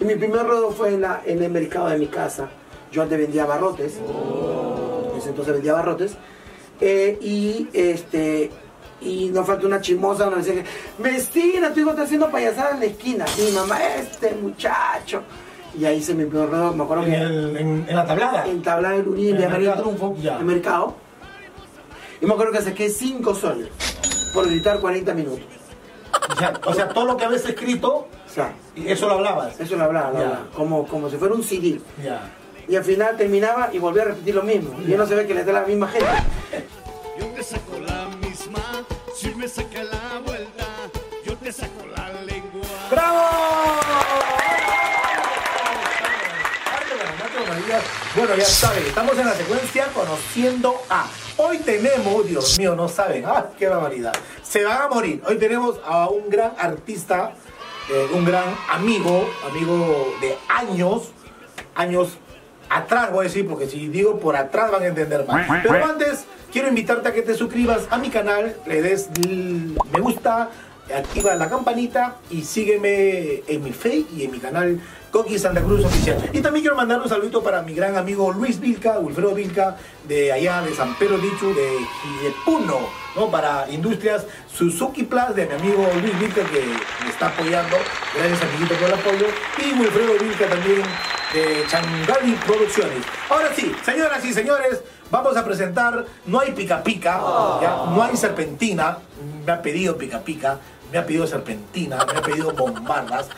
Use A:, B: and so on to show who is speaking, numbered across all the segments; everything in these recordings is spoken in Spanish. A: Y mi primer rodo fue en, la- en el mercado de mi casa. Yo antes vendía barrotes. En ese entonces vendía barrotes. Eh, y este. Y no falta una chimosa, nos decía, vecina, tu hijo está haciendo payasada en la esquina. Y mi mamá, este muchacho. Y ahí hice mi primer rodo, me acuerdo
B: En,
A: que
B: el- en- en la tablada.
A: en Tablada del Uní,
B: En
A: en
B: el
A: María
B: mercado,
A: Triunfo,
B: ya.
A: en Mercado. Y me acuerdo que saqué 5 soles por gritar 40 minutos.
B: O sea, o sea, todo lo que habías escrito,
A: O sea,
B: eso lo hablabas.
A: eso lo hablaba, lo
B: Ya.
A: hablaba, como, como si fuera un CD.
B: Ya.
A: Y al final terminaba y volvía a repetir lo mismo. Y no se ve que le da la misma gente.
C: Yo te saco la misma, si me saca la vuelta, yo te saco la lengua.
B: ¡Bravo! Bueno, ya saben, estamos en la secuencia Conociendo a. Hoy tenemos, Dios mío, no saben, ¡ah, qué barbaridad! Se van a morir. Hoy tenemos a un gran artista, eh, un gran amigo, amigo de años, años atrás, voy a decir, porque si digo por atrás van a entender más. Pero antes, quiero invitarte a que te suscribas a mi canal, le des l- me gusta, activa la campanita y sígueme en mi Face y en mi canal Coqui Santa Cruz Oficial. Y también quiero mandar un saludo para mi gran amigo Luis Vilca, Wilfredo Vilca, de allá de San Pedro Dichu, de Puno, ¿no? Para Industrias Suzuki Plus, de mi amigo Luis Vilca, que me está apoyando. Gracias, amiguito, por el apoyo. Y Wilfredo Vilca también de Changali Producciones. Ahora sí, señoras y señores, vamos a presentar No hay pica pica, ya, no hay serpentina, me ha pedido pica pica, me ha pedido serpentina, me ha pedido bombardas.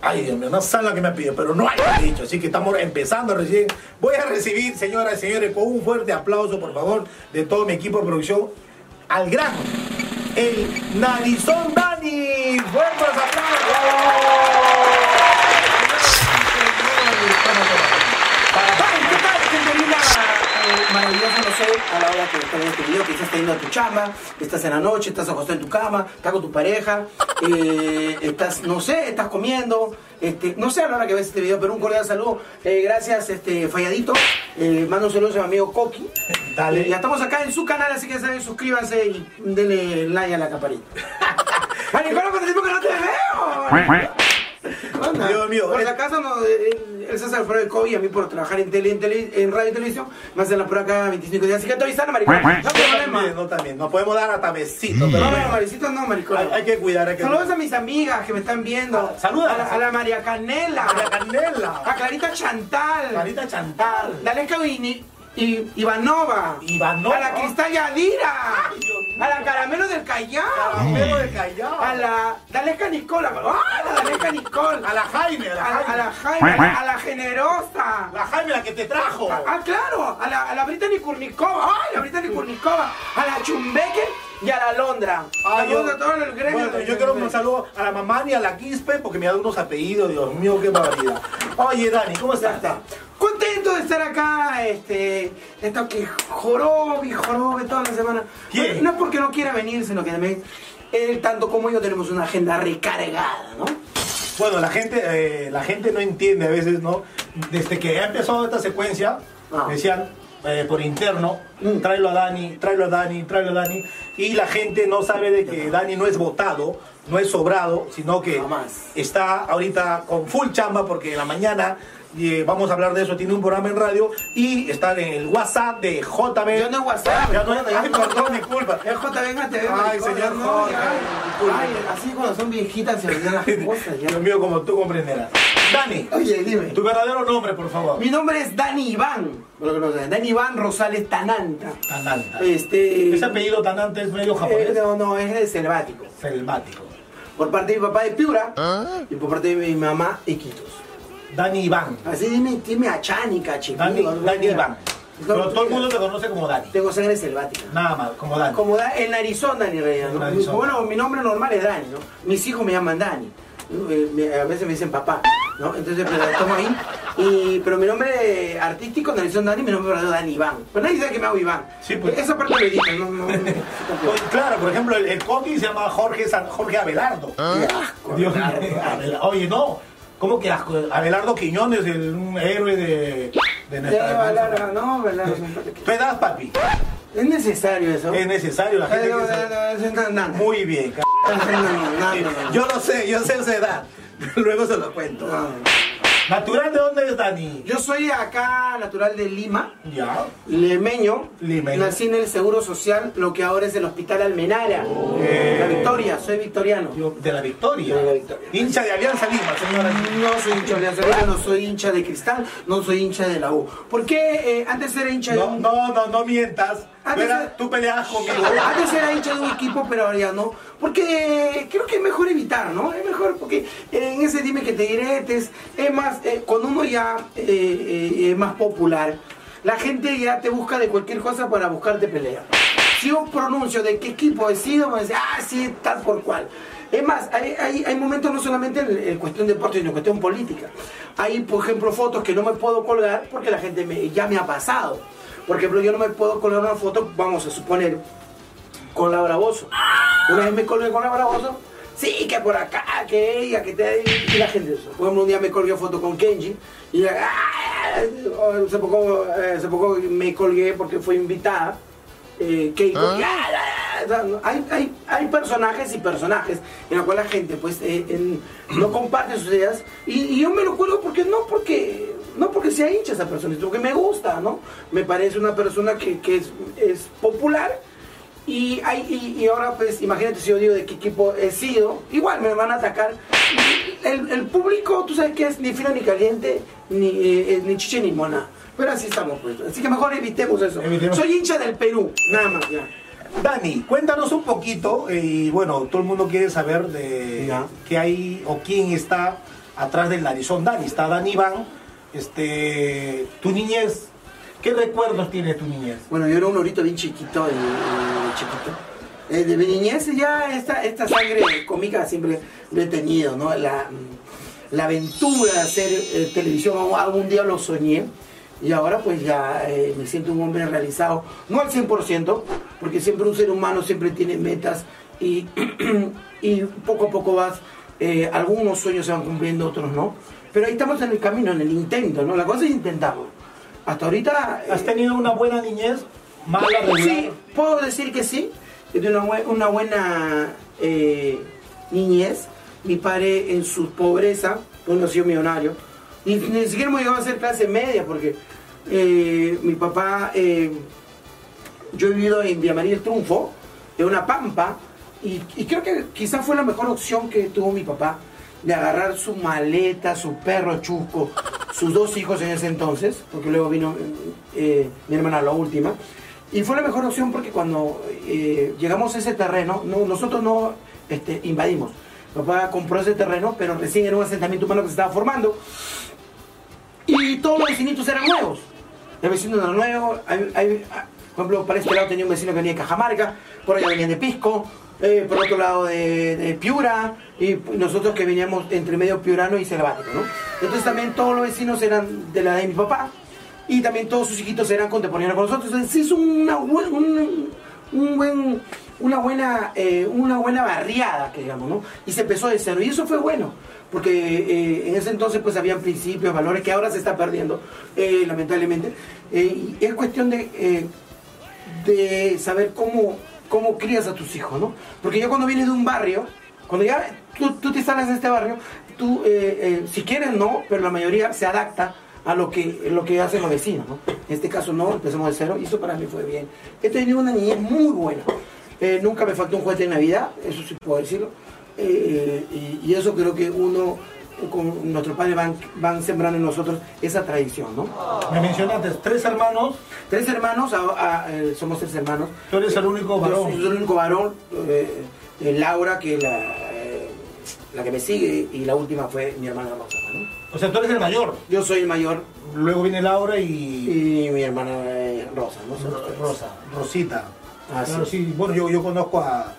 B: Ay, Dios mío, no saben lo que me ha pedido, pero no hay, me ha dicho. Así que estamos empezando recién. Voy a recibir, señoras y señores, con un fuerte aplauso, por favor, de todo mi equipo de producción, al gran, el Narizón Dani. ¡Fuertes aplausos!
A: ¡Ay, qué tal, gente linda! Eh, Maravilloso, no sé, a la hora que estás viendo este video, que estás yendo a tu chamba, estás en la noche, estás acostado en tu cama, estás con tu pareja, eh, estás, no sé, estás comiendo, este, no sé a la hora que ves este video, pero un cordial saludo. Eh, gracias, este, Falladito. Eh, mando un saludo a mi amigo Coqui.
B: Dale.
A: Eh, ya estamos acá en su canal, así que saben, suscríbanse y denle like a la campanita. ¡Maricón, cuánto tiempo que no te veo! Anda.
B: Dios mío,
A: Por
B: es-
A: si acaso, no, eh, él se salvó del COVID y a mí por trabajar en, tele, en, tele- en radio y televisión, me hacen la prueba cada 25 días. Así que estoy sana, maricón. No
B: No
A: hay problema. Mm.
B: también, no también. Nos podemos dar hasta besitos, pero
A: No, no,
B: bueno,
A: maricito, no, maricón.
B: hay, hay que cuidar, hay que
A: Saludos
B: cuidar.
A: a mis amigas que me están viendo.
B: Ah, saluda.
A: A la, a la María Canela.
B: A la canela,
A: A Clarita Chantal.
B: Clarita Chantal.
A: Daleca Vini. Y, Ivanova.
B: Ivanova.
A: A la Cristal Yadira.
B: Ay, Dios mío.
A: A la Caramelo del Callao.
B: Caramelo de Callao.
A: A la Daleca Nicola. ¡Ah, la Daleca Nicole!
B: A la Jaime, a la
A: A la, a la
B: Jaime.
A: Jaime, a la, a la generosa.
B: La Jaime, la que te trajo.
A: Ah, claro, a la, a la Brittany Kurnikova. Ay, la Brittany Kurnikova. A la Chumbeque y a la Londra.
B: Ay,
A: Saludos a todo el gremio.
B: Bueno,
A: de
B: yo quiero un
A: Chumbeque.
B: saludo a la mamá y a la Quispe porque me ha dado unos apellidos, Dios mío, qué barbaridad. Oye, Dani, ¿cómo
A: Ya
B: estás?
A: está. Contento de estar acá, este, esto que jorobe y jorobe toda la semana.
B: ¿Quién?
A: No es porque no quiera venir, sino que también él tanto como yo tenemos una agenda recargada, ¿no?
B: Bueno, la gente, eh, la gente no entiende a veces, ¿no? Desde que ha empezado esta secuencia,
A: Ah. Mm.
B: decían eh, por interno, tráelo a Dani, tráelo a Dani, tráelo a Dani, y la gente no sabe de que Dani no es votado, no es sobrado, sino que
A: Jamás.
B: está ahorita con full chamba porque en la mañana eh, vamos a hablar de eso, tiene un programa en radio y está en el WhatsApp de JB.
A: Yo no es WhatsApp.
B: Ya no es- ay, perdón, disculpa.
A: El J, venga, te
B: Ay, señor J,
A: Ay, así cuando son viejitas se olvidan las cosas ya.
B: Dios mío, como tú comprenderás. Dani,
A: Oye, dime.
B: tu verdadero nombre, por favor.
A: Mi nombre es Dani Iván. Por lo que no saben, Dani Iván Rosales Tananta.
B: Tananta.
A: Este.
B: Ese apellido Tananta es medio
A: eh,
B: japonés.
A: no, no, es de selvático.
B: Selvático.
A: Por parte de mi papá de Piura y por parte de mi mamá de Quitos.
B: Dani Iván.
A: Así dime, dime a Chánica, chico.
B: Dani, Dani Iván. Pero
A: Claro,
B: todo el mundo te conoce como Dani.
A: Tengo sangre selvática.
B: Nada más, como Dani.
A: Como da, el narizón Dani Reyes, ¿no?
B: El narizón.
A: Bueno, mi nombre normal es Dani, ¿no? Mis hijos me llaman Dani. ¿no? Eh, me- a veces me dicen papá, ¿no? Entonces pues, la tomo ahí. Y, pero mi nombre artístico, narizón Dani, mi nombre verdadero es Dani Iván. Pero nadie sabe que me hago Iván.
B: Sí, pues.
A: Esa parte lo edito, no, no, no.
B: Pues, claro, por ejemplo, el, el coqui se llama Jorge, San- Jorge Abelardo.
A: Qué asco,
B: Dios mío,
A: Ah, Abelardo.
B: Abel- Oye, no. ¿Cómo que asco? Abelardo Quiñones, el, un héroe de, de
A: Ya,
B: nuestra
A: Abelardo, no, Abelardo, es un plato
B: ¿Tú edad, papi?
A: que- Es necesario eso.
B: Es necesario, la gente...
A: Eh, no,
B: que se-
A: no, no, Ah, es una nana.
B: Muy bien, c-
A: Es una nana, nana.
B: Yo lo sé, yo sé su edad. Luego se lo cuento.
A: Ah.
B: ¿Natural de dónde es Dani?
A: Yo soy acá natural de Lima,
B: Ya.
A: lemeño,
B: Limeño.
A: nací en el Seguro Social, lo que ahora es el Hospital Almenara.
B: Oh.
A: La Victoria, soy victoriano.
B: Yo- de la victoria.
A: De la Victoria.
B: Hincha de Alianza Lima, señora.
A: No soy hincha de Alianza Lima, no soy hincha de Cristal, no soy hincha de la U. ¿Por qué eh, antes era hincha de
B: No,
A: un-
B: no, no, no mientas.
A: Ah,
B: Tú eras-
A: dice-
B: tú peleabas conmigo.
A: Antes era hincha de un equipo, pero ahora ya no. Porque creo que es mejor evitar, ¿no? Es mejor porque eh, en ese dime que te diretes, es más, eh, cuando uno ya eh, eh, es más popular, la gente ya te busca de cualquier cosa para buscarte pelea. Si yo pronuncio de qué equipo he sido, me dice, ah, sí, tal por cual. Es más, hay, hay- hay momentos no solamente en, en cuestión de deporte, sino en cuestión política. Hay, por ejemplo, fotos que no me puedo colgar porque la gente me- ya me ha pasado. Por ejemplo, yo no me puedo colgar una foto, vamos a suponer, con la Bravoso. Una vez me colgué con la Bravoso. Sí, que por acá, que ella, que te... Y la gente, por ejemplo, un día me colgué foto con Kenji y ah, o se poco, eh, se poco me colgué porque fue invitada. Eh, Keiko, y, ah, ah, ah, ah, hay, hay, hay personajes y personajes en la cual la gente pues eh, en- no comparte sus ideas y, y yo me lo cuelgo porque no porque no porque sea hincha esa persona, sino porque me gusta, ¿no? Me parece una persona que, que es, es popular y, hay, y, y ahora, pues, imagínate si yo digo de qué equipo he sido, igual me van a atacar. El, el público, tú sabes que es ni fino ni caliente, ni, eh, eh, ni chiche ni mona. Pero así estamos, pues. Así que mejor evitemos eso.
B: Evitemos.
A: Soy hincha del Perú, nada más, ya.
B: Dani, cuéntanos un poquito, eh, y bueno, todo el mundo quiere saber de
A: Ya.
B: qué hay o quién está atrás del narizón. Dani, está Dani Iván, este, tu niñez, ¿qué recuerdos tiene tu niñez?
A: Bueno, yo era un lorito bien chiquito, eh, eh, chiquito. Eh, de mi niñez ya esta, esta sangre cómica siempre lo he tenido, ¿no? La, mm, la aventura de hacer eh, televisión, algún- algún día lo soñé. Y ahora pues ya eh, me siento un hombre realizado, no al 100%, porque siempre un ser humano siempre tiene metas y, y poco a poco vas, eh, algunos sueños se van cumpliendo, otros no. Pero ahí estamos en el camino, en el intento, ¿no? La cosa es intentarlo. Hasta ahorita... eh,
B: ¿Has tenido una buena niñez? ¿Mala, regular?
A: Sí, puedo decir que sí. Yo tuve una, bue- una buena eh, niñez. Mi padre en su pobreza, bueno, ha sido millonario. Ni, ni siquiera me llegó a hacer clase media porque eh, mi papá, eh, yo he vivido en Villa María del Triunfo, en una pampa, y, y creo que quizás fue la mejor opción que tuvo mi papá de agarrar su maleta, su perro chusco, sus dos hijos en ese entonces, porque luego vino eh, mi hermana la última. Y fue la mejor opción porque cuando eh, llegamos a ese terreno, no, nosotros no este, invadimos. Mi papá compró ese terreno, pero recién era un asentamiento humano que se estaba formando. Y todos los vecinitos eran nuevos. El vecino era nuevo. hay- hay- ah, por ejemplo, para este lado tenía un vecino que venía de Cajamarca, por allá venían de Pisco, eh, por otro lado de, de Piura, y p- nosotros que veníamos entre medio piurano y selvático, ¿no? Entonces también todos los vecinos eran de la edad de mi papá, y también todos sus hijitos eran contemporáneos con nosotros. Entonces se hizo una, buen- un, un buen, una, buena, eh, una buena barriada, que digamos, ¿no? Y se empezó de cero. Y eso fue bueno, porque eh, en ese entonces pues habían principios, valores que ahora se está perdiendo, eh, lamentablemente. Eh, y es cuestión de... eh, de saber cómo, cómo crías a tus hijos, ¿no? Porque yo cuando vienes de un barrio, cuando ya tú, tú te instalas en este barrio, tú, eh, eh, si quieres, no, pero la mayoría se adapta a lo que, lo que hacen los vecinos, ¿no? En este caso no, empezamos de cero y eso para mí fue bien. He tenido una niñez muy buena. Eh, nunca me faltó un juguete de Navidad, eso sí puedo decirlo. Eh, y, y eso creo que uno, con nuestros padres van, van sembrando en nosotros esa tradición, ¿no?
B: Me mencionaste tres hermanos,
A: Tres hermanos, a- a- eh, somos tres hermanos.
B: tú eres el único
A: Yo
B: varón.
A: soy el único varón. eh, eh, Laura, que es la, eh, la que me sigue, y la última fue mi hermana Rosa. ¿no?
B: O sea, tú eres el mayor.
A: Yo soy el mayor
B: Luego viene Laura y
A: y mi hermana eh, Rosa. ¿no? Son
B: Ro-
A: tres.
B: Rosa, Rosita.
A: Ah, sí.
B: Claro, sí. Bueno, yo, yo conozco a...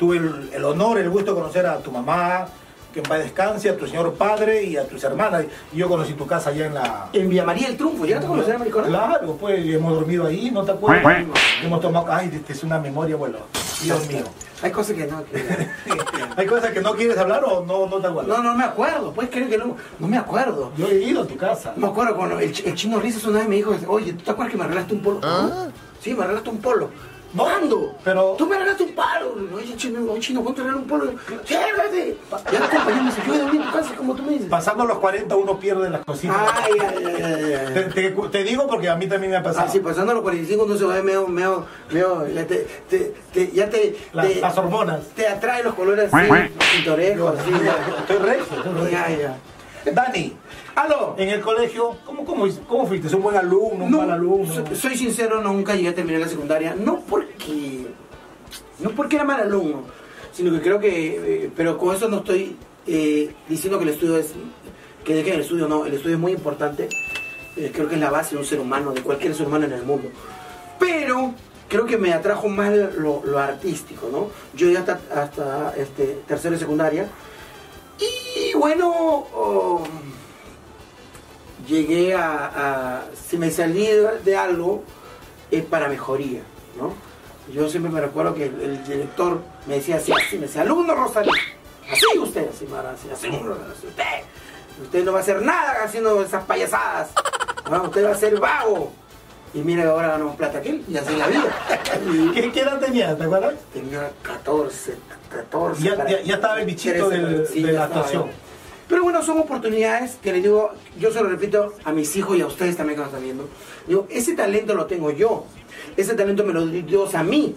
B: Tuve el, el honor, el gusto de conocer a tu mamá, que en paz descanse, a tu señor padre y a tus hermanas. Y yo conocí tu casa allá en la...
A: En Villa María el Triunfo, ¿ya te conocía, maricona?
B: Claro, pues y hemos dormido ahí, ¿no te acuerdas? hemos tomado... Ay, este es una memoria, abuelo. Dios mío.
A: Hay cosas que no. que-
B: ¿Hay cosas que no quieres hablar o no, no te acuerdas?
A: No, no me acuerdo, puedes creer que no. No me acuerdo.
B: Yo he ido a tu casa.
A: Me acuerdo cuando el, chi- el chino Rizos una vez me dijo, oye, ¿tú te acuerdas que me regalaste un polo? Sí, me regalaste un polo.
B: No,
A: ¿Cuándo?
B: pero-
A: Tú me regalaste un palo. No, oye, chino, oye, chino, ¿cuánto regalo un palo? Chévate. Ya la compañía me dice, yo he dormido en tu casa, como tú me dices.
B: Pasando los 40 uno pierde las cositas.
A: Ay, Ah, pues. ay, ay, ay, ay.
B: Te, te- te digo porque a mí también me ha pasado.
A: Así pasando los 45 no se va medio, medio, medio, ya te, te- te- ya te,
B: La-
A: te-
B: las hormonas.
A: te atrae los colores así, pintorejos, así,
B: Estoy recto. estoy
A: ya,
B: recto.
A: ya, ya.
B: Dani,
A: Aló,
B: en el colegio, ¿cómo, cómo, cómo fuiste? ¿Es un buen alumno, un
A: no,
B: mal alumno?
A: so- soy sincero, nunca llegué a terminar la secundaria, no porque, no porque era mal alumno, sino que creo que, eh, pero con eso no estoy eh, diciendo que el estudio es, que dejen el estudio, no, el estudio es muy importante, eh, creo que es la base de un ser humano, de cualquier ser humano en el mundo, pero creo que me atrajo más lo, lo artístico, ¿no? Yo llegué hasta, hasta este, tercera y secundaria, y bueno, oh, llegué a, a- Si me salí de, de algo, es para mejoría, ¿no? Yo siempre me recuerdo que el, el director me decía así, así, me decía, alumno Rosalía, así usted, así me hablaba, así, así, alumno Rosalía, así usted, usted no va a hacer nada haciendo esas payasadas, ¿no? usted va a ser vago. Y mira que ahora ganamos plata aquí, y así es la vida. Y
B: ¿Qué, qué edad tenías? ¿Te acuerdas?
A: tenía 14, 14.
B: Ya-
A: para-
B: ya- ya estaba el bichito del- de
A: ya
B: la
A: estaba
B: actuación.
A: ya. Pero bueno, son oportunidades que les digo, yo se lo repito a mis hijos y a ustedes también que nos están viendo. Digo, ese talento lo tengo yo. Ese talento me lo dio Dios a mí.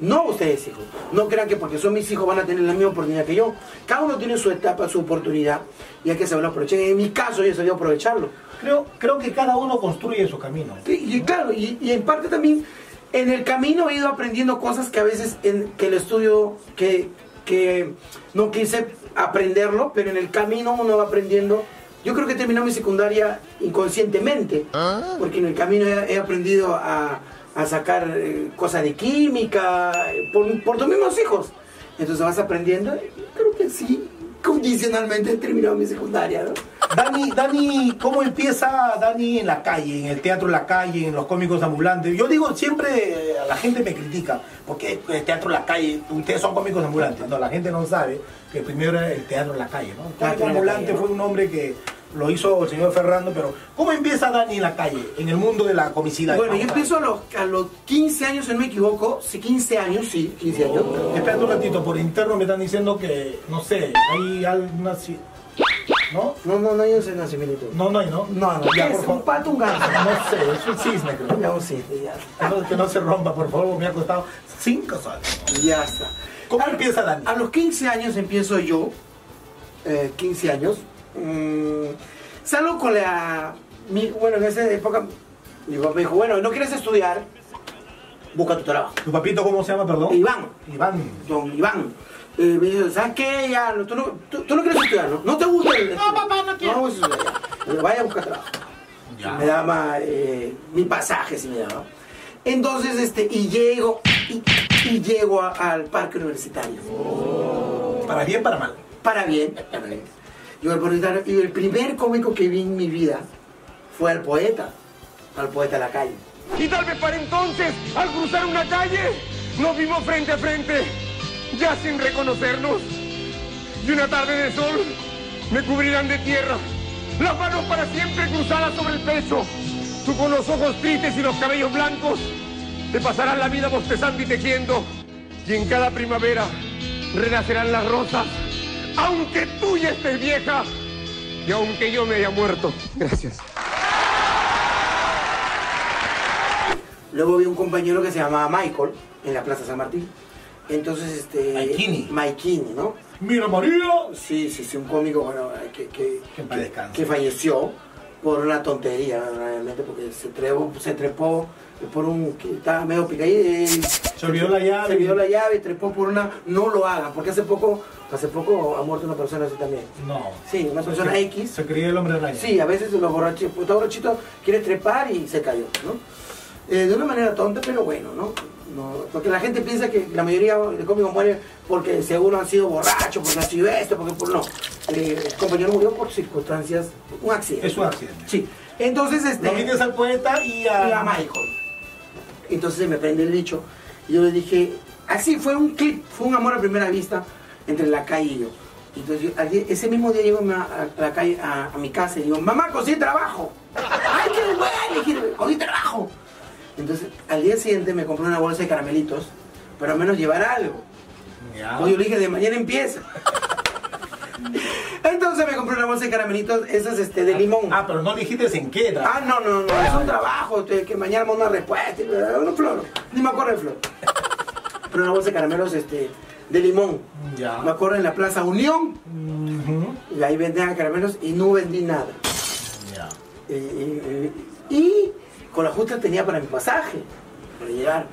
A: No ustedes, hijos. No crean que porque son mis hijos van a tener la misma oportunidad que yo. Cada uno tiene su etapa, su oportunidad. Y hay que saberlo aprovechar. En mi caso, yo sabía aprovecharlo.
B: Creo, creo que cada uno construye su camino.
A: Y, y claro, y, y en parte también en el camino he ido aprendiendo cosas que a veces en, que el estudio, que, que no quise aprenderlo, pero en el camino uno va aprendiendo. Yo creo que terminó mi secundaria inconscientemente, porque en el camino he, he aprendido a, a sacar eh, cosas de química eh, por, por tus mismos hijos. Entonces vas aprendiendo, y creo que sí, condicionalmente he terminado mi secundaria, ¿no?
B: Dani, Dani, ¿cómo empieza Dani en la calle, en el teatro en la calle, en los cómicos ambulantes? Yo digo siempre, eh, a la gente me critica, porque el teatro en la calle, ustedes son cómicos ambulantes. No, la gente no sabe que primero era el teatro en la calle, ¿no? El
A: Teatro
B: cómico
A: en la
B: ambulante
A: calle, ¿no?
B: fue un nombre que lo hizo el señor Ferrando, pero ¿cómo empieza Dani en la calle, en el mundo de la comicidad?
A: Bueno, yo
B: Vamos a-
A: empiezo a los, a los 15 años, si no me equivoco. Sí, 15 años, sí, 15 años.
B: Espérate un ratito, por interno me están diciendo que, no sé, hay alguna... ci- ¿No?
A: No, no, no hay ese nacimiento.
B: No, no hay, ¿no?
A: No, no,
B: ya,
A: ¿qué
B: por
A: es? ¿Un
B: favor.
A: pato, un ganso?
B: No sé, es un cisne, creo.
A: Ya, un siete, ya.
B: Que no, que no se rompa, por favor, me ha costado cinco soles.
A: Ya está.
B: ¿Cómo
A: A-
B: empieza Dani?
A: A los 15 años empiezo yo. eh, 15 años. mm, salgo con la. mi- bueno, en esa época, mi papá me dijo: Bueno, no quieres estudiar, busca tu trabajo.
B: ¿Tu papito cómo se llama, perdón?
A: Iván.
B: Iván.
A: don Iván. eh, me dice, ¿sabes qué? Ya, no, tú, no, tú, tú no quieres estudiar, ¿no? No te gusta el No, papá, no quiero. No, me gusta estudiar, ya. Le digo, Vaya a buscar trabajo. Me daba eh, mi pasaje, si me daba. Entonces, este, y llego, y, y llego a- al parque universitario.
B: Para bien, para mal.
A: Para bien, para bien. Yo al Universitario, y el primer cómico que vi en mi vida fue al poeta, al poeta de la calle.
D: Y tal vez para entonces, al cruzar una calle, nos vimos frente a frente, ya sin reconocernos. Y una tarde de sol me cubrirán de tierra, las manos para siempre cruzadas sobre el pecho. Tú con los ojos tristes y los cabellos blancos, te pasarás la vida bostezando y tejiendo. Y en cada primavera renacerán las rosas, aunque tú ya estés vieja y aunque yo me haya muerto. Gracias.
A: Luego vi un compañero que se llamaba Michael en la Plaza San Martín. Entonces, este.
B: Maikini.
A: Maikini, ¿no?
B: Mira, María.
A: Sí, sí, sí, un cómico bueno, eh, que, que,
B: Que en paz descanse.
A: que falleció por una tontería, realmente, porque se trepó, se trepó por un. que estaba medio picadillo. Se
B: olvidó la llave.
A: Se olvidó la llave, trepó por una. No lo hagan, porque hace poco, hace poco ha muerto una persona así también.
B: No.
A: Sí, una
B: Se
A: persona
B: cre-
A: X.
B: Se creía el hombre araña.
A: Sí, a veces los borrachitos, está borrachito, quiere trepar y se cayó, ¿no? Eh, de una manera tonta, pero bueno, ¿no? No, Porque la gente piensa que la mayoría de cómicos mueren porque seguro han sido borrachos, porque han sido esto, porque por no. Eh, el compañero murió por circunstancias, un accidente.
B: Es un accidente.
A: Sí. Entonces, este
B: Lo vienes al poeta y a...
A: y a Michael. Entonces se me prende el bicho. Y yo le dije, así fue un clip, fue un amor a primera vista entre la calle y yo. Entonces yo, al día- ese mismo día llego a, a la calle, a, a mi casa y digo, mamá, conseguí trabajo. ¡Ay, qué bueno! Le dije, conseguí trabajo. Entonces, al día siguiente me compré una bolsa de caramelitos, pero al menos llevar algo.
B: Ya.
A: Pues yo le dije, de mañana empieza. Entonces me compré una bolsa de caramelitos, esas este, de limón.
B: Ah, pero no dijiste en qué era.
A: Ah, no, no, no, es un trabajo, te- que mañana vamos a una respuesta, y bla, bla, bla, no floro, ni me acuerdo de flor. Pero una bolsa de caramelos este, de limón.
B: Ya.
A: Me acuerdo en la Plaza Unión,
B: Ujú.
A: y ahí vendían caramelos y no vendí nada.
B: Ya.
A: Y, y- y- eh, y con la justa tenía para mi pasaje, para llegar.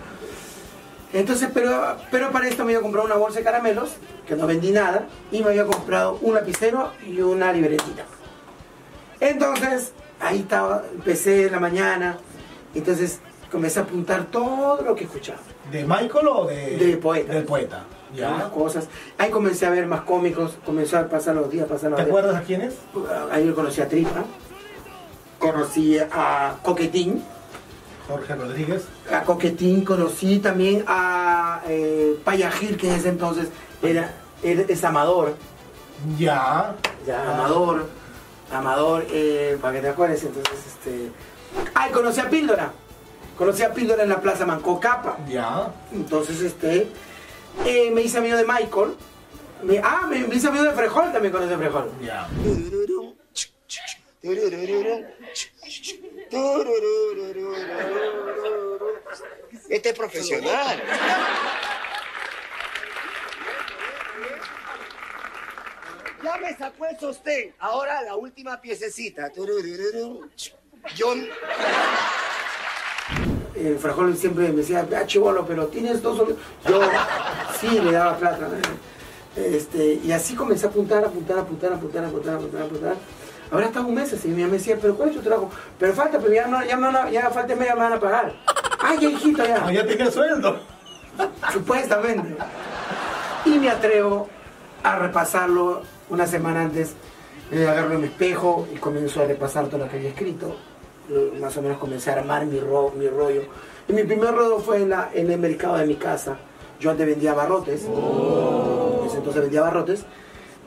A: Entonces, pero, pero para esto me había comprado una bolsa de caramelos, que no vendí nada, y me había comprado un lapicero y una libretita. Entonces, ahí estaba, empecé en la mañana, entonces comencé a apuntar todo lo que escuchaba,
B: ¿De Michael o de...?
A: De poeta.
B: Del poeta.
A: algunas
B: Ya.
A: cosas. Ahí comencé a ver más cómicos, comenzó a pasar los días, pasar los
B: ¿Te
A: días.
B: acuerdas a quién es?
A: Ahí conocí a Tripa, conocí a Coquetín,
B: Jorge Rodríguez.
A: a Coquetín, conocí también a eh, Payajil, que en ese entonces era, era- es Amador,
B: Ya.
A: ya,
B: Ah.
A: Amador, Amador, eh, para que te acuerdes, entonces, este... Ay, conocí a Píldora, conocí a Píldora en la Plaza Mancocapa,
B: Ya.
A: entonces, este, eh, me hice amigo de Michael, Me- ah, me, me hice amigo de Frejol, también conocí a Frejol.
B: Ya.
E: Este es profesional. Ya me sacó el sostén. Ahora la última piececita. Tururururu. Yo
A: el Frejol siempre me decía, ah, chivolo, pero tienes dos soles. Yo sí le daba plata. Este, y así comencé a apuntar, apuntar, apuntar, apuntar, apuntar, apuntar, apuntar. Ahora está un mes así, mi mamá me decía, pero ¿cuál es tu trabajo? Pero falta, pero ya, no, ya, me van a- ya falta media, me van a pagar. Ay, ya, hijito,
B: Ah, ya tenía sueldo.
A: supuestamente. Y me atrevo a repasarlo una semana antes. Eh, agarro mi espejo y comienzo a repasar todo lo que había escrito. Eh, Más o menos comencé a armar mi, ro- mi rollo. Y mi primer rollo fue en, la- en el mercado de mi casa. Yo antes vendía barrotes.
B: Oh.
A: En ese entonces vendía barrotes.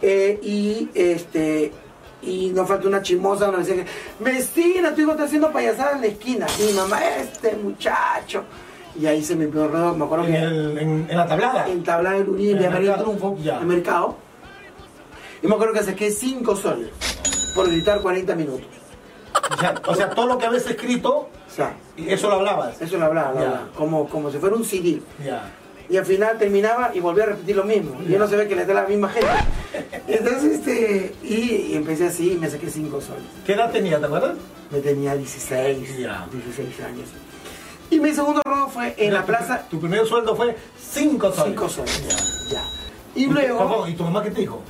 A: Eh, y este. Y nos falta una chimosa, una vecina que, vecina, tu hijo está haciendo payasadas en la esquina. Y mi mamá, este muchacho. Y ahí se me primer rollo, me acuerdo
B: En,
A: que
B: el- en- en la tablada.
A: en Tablada del Uribe,
B: En el
A: en Avenida
B: mercado,
A: Triunfo,
B: ya.
A: en Mercado. Y me acuerdo que saqué 5 soles por gritar 40 minutos.
B: Ya. O sea, todo lo que habías escrito,
A: O sea,
B: y eso lo hablabas.
A: eso lo hablaba, lo
B: Ya.
A: hablaba, como, como si fuera un CD.
B: Ya.
A: Y al final terminaba y volvía a repetir lo mismo. Y yo no se ve que le da la misma gente. Entonces, este, y, y empecé así y me saqué 5 soles.
B: ¿Qué edad tenía, te acuerdas?
A: Me tenía 16,
B: Ya.
A: 16 años. Y mi segundo robo fue en la
B: Tu-
A: plaza,
B: Tu primer sueldo fue 5 soles.
A: 5 soles. Ya. Y
B: tu-
A: luego...
B: perdón, ¿Y tu mamá qué te dijo?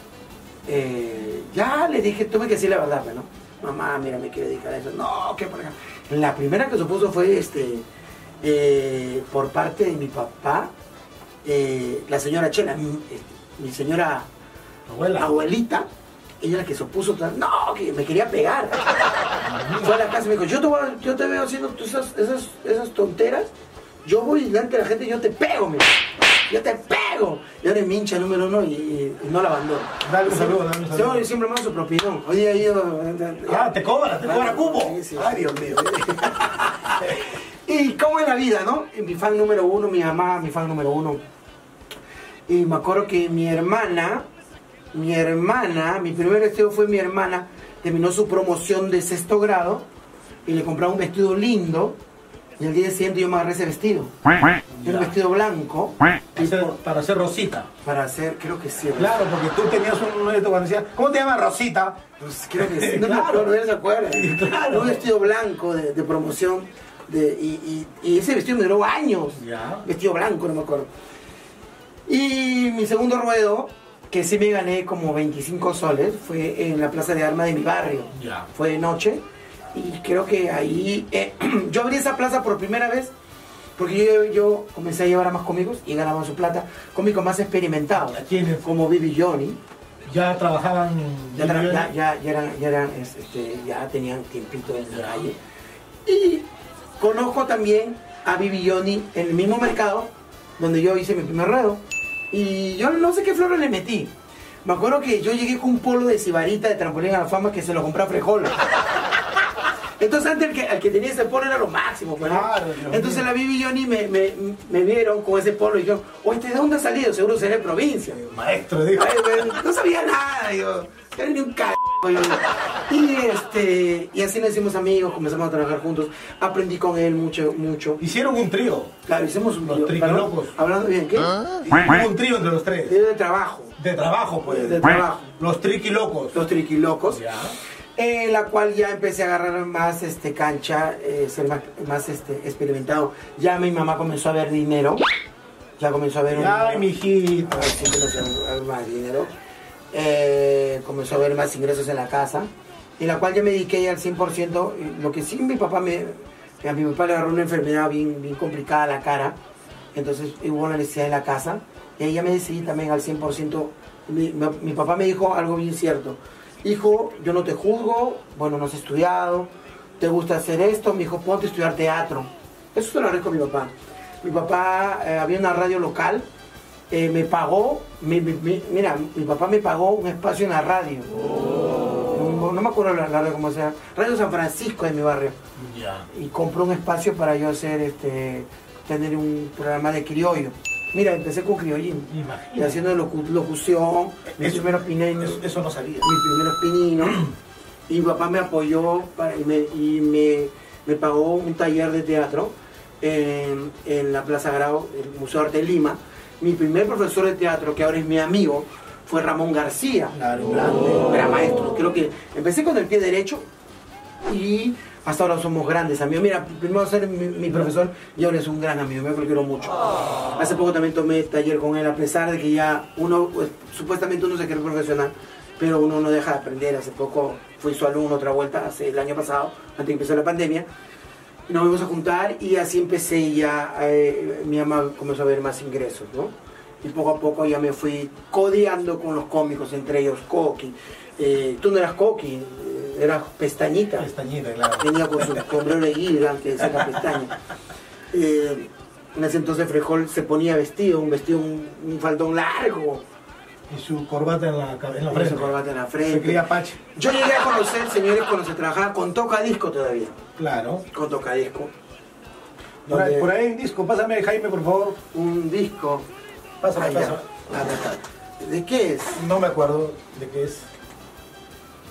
A: Eh, ya le dije, tuve que decir la verdad, pues, ¿no? Mamá, mira, me quiero dedicar a eso. No, que por acá. La primera que supuso fue este, eh, por parte de mi papá, eh, la señora Chela, mi, eh, mi señora
B: Tu abuela.
A: abuelita, ella la que se opuso, tal- no, que me quería pegar. Fue a la casa y me dijo, yo te, voy a- yo te veo haciendo tú esas, esas, esas tonteras, yo voy delante de la gente y yo te pego, mi yo te pego. Y ahora es mi hincha número uno y, y- y no la abandono.
B: Dale un saludo, dale un
A: Siempre-
B: saludo.
A: Siempre mando su propinón. Oye, ahí eh, yo...
B: Ah, te cobra, te cobra cubo.
A: Sí, sí.
B: Ay, Dios mío.
A: Y como en la vida, ¿no? Y Mi fan número uno, mi mamá, mi fan número uno. Y me acuerdo que mi hermana, mi hermana, mi primer vestido fue mi hermana, terminó su promoción de sexto grado y le compraba un vestido lindo. Y el día siguiente yo me agarré ese vestido. Era Un vestido blanco
B: Para ser- Para ser Rosita.
A: para hacer, creo que sí.
B: Claro, porque tú tenías un momento cuando decías, ¿cómo te llamas Rosita?
A: Pues creo que sí. No
B: Claro.
A: me acuerdo, él se acuerda. Un vestido blanco de, de promoción. de- y, y- y ese vestido me duró años.
B: Ya.
A: Vestido blanco, no me acuerdo. Y mi segundo ruedo, que sí me gané como 25 soles, fue en la plaza de armas de mi barrio.
B: Ya.
A: Fue de noche. Y creo que ahí. eh, yo abrí esa plaza por primera vez. Porque yo, yo comencé a llevar a más cómicos y ganaban su plata. Cómicos más experimentados.
B: ¿A quiénes?
A: Como Bibi Johnny
B: Ya trabajaban.
A: ya, tra- ya, ya, ya eran, ya, eran, es- este, ya tenían tiempito en la calle. Y conozco también a Bibioni en el mismo mercado donde yo hice mi primer ruedo. Y yo no sé qué flores le metí. Me acuerdo que yo llegué con un polo de cibarita de trampolín a la fama que se lo compré a Frejol. Entonces antes el que, el que tenía ese polo era lo máximo, pues, ¿no?
B: Claro, Dios
A: Entonces
B: mío.
A: la Bibi y Johnny me, me, me vieron con ese polo y dijeron, oye, ¿de dónde ha salido? Seguro será de provincia. Digo,
B: Maestro, digo.
A: Ay, güey, no sabía nada, yo. Era ni un c... yo. Y este, y así nos hicimos amigos, comenzamos a trabajar juntos. Aprendí con él mucho, mucho.
B: Hicieron un trío.
A: Claro, hicimos un
B: Los
A: video,
B: triquilocos.
A: perdón, Hablando bien, ¿qué?
B: Hubo un trío entre los tres.
A: Video de trabajo.
B: De trabajo, pues.
A: De trabajo.
B: Los triquilocos.
A: Los triquilocos.
B: Ya.
A: En la cual ya empecé a agarrar más este, cancha, eh, ser más, más, este, experimentado. Ya mi mamá comenzó a ver dinero. Ya comenzó a ver un-
B: Ay,
A: A
B: mijito.
A: ver, siempre nos dan más dinero. Eh, comenzó a haber más ingresos en la casa, en la cual yo me dediqué al 100%. y Lo que sí, mi papá me. A mi papá le agarró una enfermedad bien, bien complicada a la cara, entonces hubo la necesidad de la casa, y ahí ya me decidí también al 100%. Mi, mi- mi papá me dijo algo bien cierto: Hijo, yo no te juzgo, bueno, no has estudiado, te gusta hacer esto, mi hijo, ponte a estudiar teatro. Eso se lo agradezco a mi papá. Mi papá eh, había una radio local eh, me pagó, mi- mi- mi- mira, mi papá me pagó un espacio en la radio.
B: Oh.
A: No, no me acuerdo la, la radio como sea. Radio San Francisco de mi barrio.
B: Ya.
A: Y compró un espacio para yo hacer, este, tener un programa de criollo. Mira, empecé con criollín.
B: Imagínate.
A: Y haciendo locu- locución, mis
B: Eso-
A: primeros pinenos
B: Eso, eso no sabía.
A: mis primeros pininos y mi papá me apoyó para- y, me, y me- me pagó un taller de teatro en, en la Plaza Grau, el Museo de Arte de Lima. Mi primer profesor de teatro, que ahora es mi amigo, fue Ramón García.
B: Claro, grande.
A: Era maestro. Creo que empecé con el pie derecho y hasta ahora somos grandes amigos. Mira, primero ser mi, mi profesor, y ahora es un gran amigo, me lo quiero mucho. Hace poco también tomé taller con él, a pesar de que ya uno, pues, supuestamente uno se cree profesional, pero uno no deja de aprender. Hace poco fui su alumno otra vuelta, hace el año pasado, antes que empezó la pandemia. Nos vamos a juntar y así empecé ya, eh, mi mamá comenzó a ver más ingresos, ¿no? Y poco a poco ya me fui codeando con los cómicos, entre ellos Coqui. Eh, tú no eras Coqui, eh, eras Pestañita.
B: Pestañita, claro.
A: Venía con su sombrero de guirla que decía la pestaña. Eh, en ese entonces Frejol se ponía vestido, un vestido, un, un faldón largo,
B: Y su corbata en la, ca- en la
A: con
B: frente.
A: su corbata en la
B: Se
A: frente.
B: creía Pache.
A: Yo llegué a conocer, señores, cuando se trabajaba con tocadisco todavía.
B: Claro.
A: Con tocadisco.
B: Por ahí,
A: Donde
B: por ahí hay un disco. Pásame, Jaime, por favor.
A: Un disco.
B: Pásame,
A: Ah, ya.
B: pásame.
A: Ah, ya está. ¿De qué es?
B: No me acuerdo de qué es.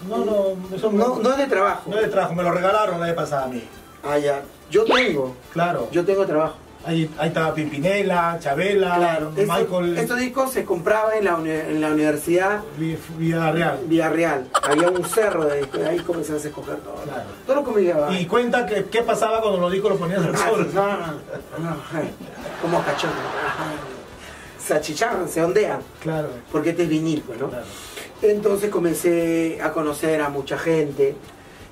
B: No, no, eso
A: No, no es de trabajo.
B: No le trajo, me lo regalaron la vez pasada a mí.
A: Ah, ya. Yo tengo.
B: Claro.
A: Yo tengo trabajo.
B: Ahí, ahí estaba Pimpinela, Chabela,
A: Esto-
B: Michael
A: Estos discos se compraban en la uni- en la universidad.
B: Vi- Villarreal.
A: Villarreal. Había un cerro de discos, ahí comenzabas a escoger todo.
B: Claro.
A: Todo lo que me llegaba.
B: Y cuenta que, qué pasaba cuando los discos los ponías al
A: Ah,
B: sol.
A: sí, no, no, no, no, ay, Como cachorro. Ay, Se achicharran, se ondean.
B: Claro,
A: Porque este es vinil, pues, ¿no?
B: claro.
A: Entonces comencé a conocer a mucha gente.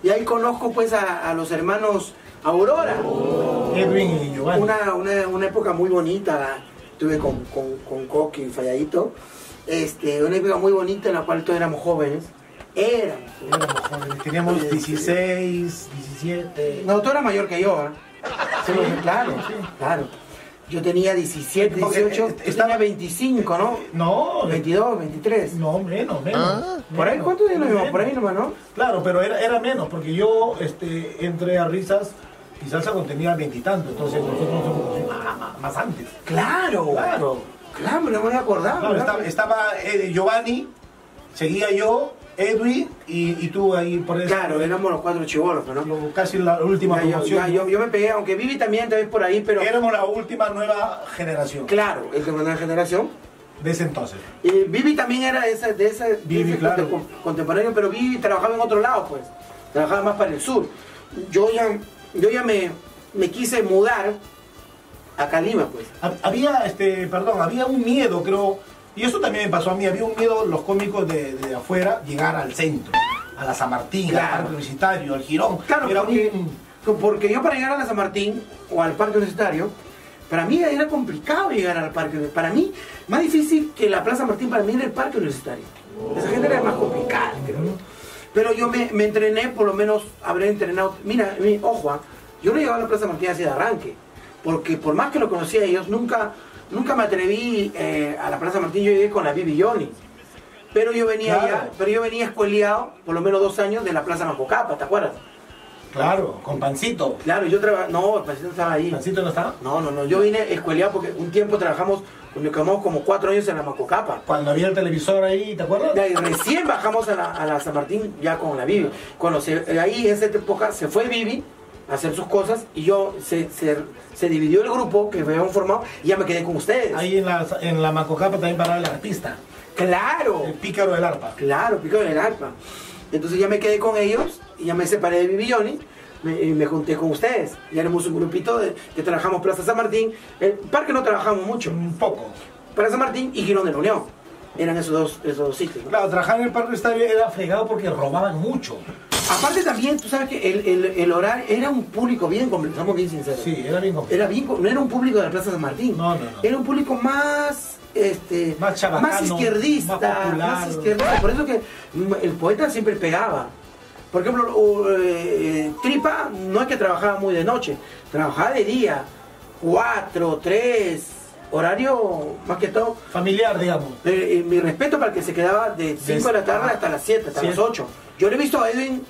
A: Y ahí conozco pues a, a los hermanos Aurora.
B: Oh, Edwin y Giovanni.
A: Una, una- una época muy bonita la tuve con, con, con Coqui y Falladito. Este, una época muy bonita en la cual todos éramos jóvenes. Éramos.
B: Éramos jóvenes, Teníamos 16, 17.
A: No, tú eras mayor que yo, ¿ah? Sí, claro, claro. Yo tenía 17,
B: Porque,
A: 18,
B: eh,
A: estaba
B: estaba-
A: 25, ¿no?
B: No,
A: 22, 23.
B: No, menos, menos.
A: Por ahí,
B: Menos,
A: ¿cuántos años nos
B: menos.
A: llevamos? Por ahí nomás, ¿no?
B: Claro, pero era, era menos, porque yo este, entré a risas y salsa contenía veintitantos, entonces nosotros nos conocimos más, más- más antes.
A: Claro,
B: Claro.
A: claro, no me acordaba.
B: Claro, estaba, estaba, eh, Giovanni, seguía yo, Edwin y, y tú ahí por eso.
A: Claro, éramos los cuatro chibolos, ¿no?
B: Lo- casi la última
A: Ya, yo,
B: promoción.
A: ya, yo- yo me pegué, aunque Vivi también también por ahí, pero
B: Éramos la última nueva generación
A: claro, es de una nueva generación.
B: de ese entonces.
A: Y Eh, Vivi también era de esa, de esa, de
B: Vivi,
A: ese
B: claro.
A: contem- contemporáneo, pero Vivi trabajaba en otro lado, pues. Trabajaba más para el sur. Yo ya, yo ya me, me quise mudar a Calima, pues.
B: Ha- Había, este, perdón, había un miedo, creo, y eso también me pasó a mí, había un miedo los cómicos de, de afuera llegar al centro, a la San Martín,
A: Claro.
B: al Parque Universitario, al Girón.
A: Claro,
B: era
A: porque,
B: un...
A: porque yo para llegar a la San Martín o al Parque Universitario, para mí era complicado llegar al Parque Universitario. Para mí, más difícil que la Plaza Martín, para mí era el Parque Universitario. Esa gente era más complicada, creo yo. Pero yo me, me entrené, por lo menos habré entrenado. Mira, mi- ojo, ah, yo no llegaba a la Plaza Martín así de arranque. Porque por más que lo conocía a ellos, nunca, nunca me atreví eh, a la Plaza Martín. Yo llegué con la Bibi Johnny. Pero yo venía
B: Claro.
A: ya, pero yo venía escueleado por lo menos dos años de la Plaza Macocapa, ¿te acuerdas?
B: Claro, con pancito.
A: Claro, yo trabajaba. No, el pancito estaba ahí.
B: ¿Pancito no estaba?
A: No, no, no. Yo vine escueleado porque un tiempo trabajamos, nos quedamos como cuatro años en la Macocapa.
B: Cuando había el televisor ahí, ¿te acuerdas?
A: De ahí recién bajamos a la, a la San Martín ya con la Vivi. Cuando se, eh, ahí en esa época se fue Vivi a hacer sus cosas y yo se, se, se dividió el grupo que habíamos formado y ya me quedé con ustedes.
B: Ahí en la, en la Macocapa también paraba el artista,
A: Claro,
B: el pícaro del arpa.
A: claro, pico en el arpa. Entonces ya me quedé con ellos y ya me separé de Vivi y Johnny. Me, y me junté con ustedes. Ya éramos un grupito de- que trabajamos Plaza San Martín. El parque no trabajamos mucho.
B: Un poco.
A: Plaza San Martín y Girón de la Unión. Eran esos dos, esos dos sitios. ¿no?
B: Claro, trabajar en el parque está bien, era fregado porque robaban mucho.
A: Aparte también, tú sabes que el, el- el horario era un público bien complejo, estamos bien sinceros.
B: Sí, era bien complicado.
A: Era bien, co- no era un público de la Plaza San Martín.
B: No, no, no.
A: Era un público más este
B: Más chabacano,
A: más izquierdista,
B: más popular.
A: más izquierdista. Por eso que mm, el poeta siempre pegaba. Por ejemplo, o, eh, Tripa no es que trabajaba muy de noche, trabajaba de día, cuatro, tres, horario más que todo.
B: Familiar, digamos.
A: Eh, eh, mi respeto para el que se quedaba de 5 de la tarde
B: ah,
A: hasta las 7, hasta las
B: siete.
A: 8. Yo le he visto a Edwin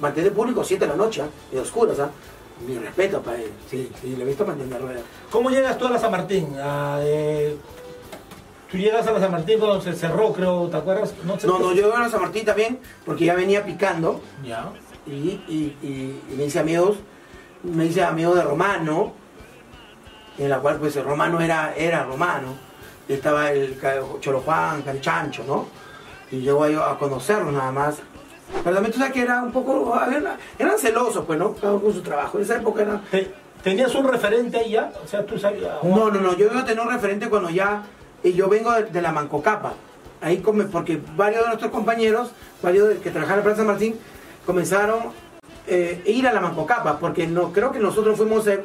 A: mantener público 7 de la noche, ¿ah? de oscuras. ¿ah? Mi respeto para él. Sí, sí, le he visto mantener rueda.
B: ¿Cómo llegas tú a la San Martín? A, eh, tú llegas a la San Martín cuando se cerró, creo, ¿te acuerdas? sé-
A: No, no, yo iba a San Martín también porque ya venía picando
B: Ya.
A: y, y- y- y me hice amigos, me hice amigo de Romano, en la cual pues el Romano era, era Romano. Y estaba el ca- Cholo Juan, el Chancho, ¿no? Y yo voy a conocerlos nada más. Pero también tú sabes que era un poco, a ver, eran celosos, pues, ¿no? Cada uno con su trabajo. En esa época era...
B: Te- ¿Tenías un referente ahí ya? O sea, tú sabías.
A: No, no, no, yo iba a tener un referente cuando ya, y yo vengo de, de la Mancocapa, ahí come, porque varios de nuestros compañeros, varios de- que trabajaban en la Plaza San Martín, comenzaron eh, a ir a la Mancocapa, porque no, creo que nosotros fuimos eh,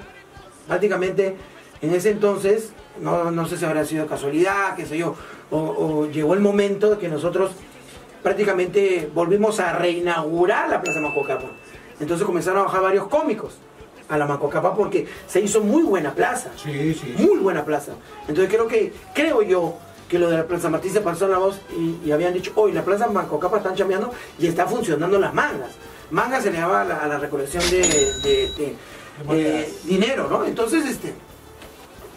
A: prácticamente en ese entonces, no, no sé si habrá sido casualidad, qué sé yo, o, o llegó el momento de que nosotros prácticamente volvimos a reinaugurar la Plaza Mancocapa. Entonces comenzaron a bajar varios cómicos a la Mancocapa porque se hizo muy buena plaza
B: Sí, sí.
A: muy buena plaza. Entonces creo que, creo yo, que lo de la Plaza Martín se pasó en la voz y, y habían dicho, hoy la Plaza Mancocapa están chambeando y está funcionando las mangas. Mangas se le daba a la, a la recolección de, de- de-
B: De
A: de
B: monedas.
A: Eh, dinero, ¿no? Entonces, este,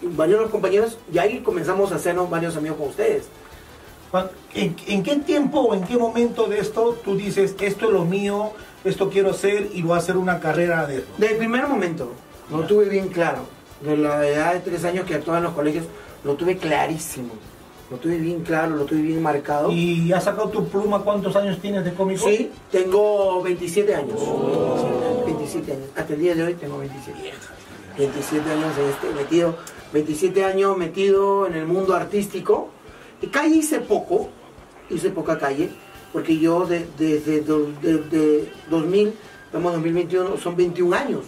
A: varios de los compañeros, y ahí comenzamos a hacernos varios amigos con ustedes.
B: Juan, ¿En, en qué tiempo o en qué momento de esto tú dices, esto es lo mío, esto quiero hacer y voy a hacer una carrera de esto?
A: Desde el primer momento, lo tuve bien claro. De la edad de tres años que actuaba en los colegios, lo tuve clarísimo. Lo tuve bien claro, lo tuve bien marcado.
B: ¿Y has sacado tu pluma? ¿Cuántos años tienes de cómico?
A: Sí, tengo 27 años. 27 años. Hasta el día de hoy tengo 27. 27 años en este metido, 27 años metido en el mundo artístico. Y calle hice poco, hice poca calle, porque yo de- desde do- de- de 2000, estamos en 2021, son 21 años.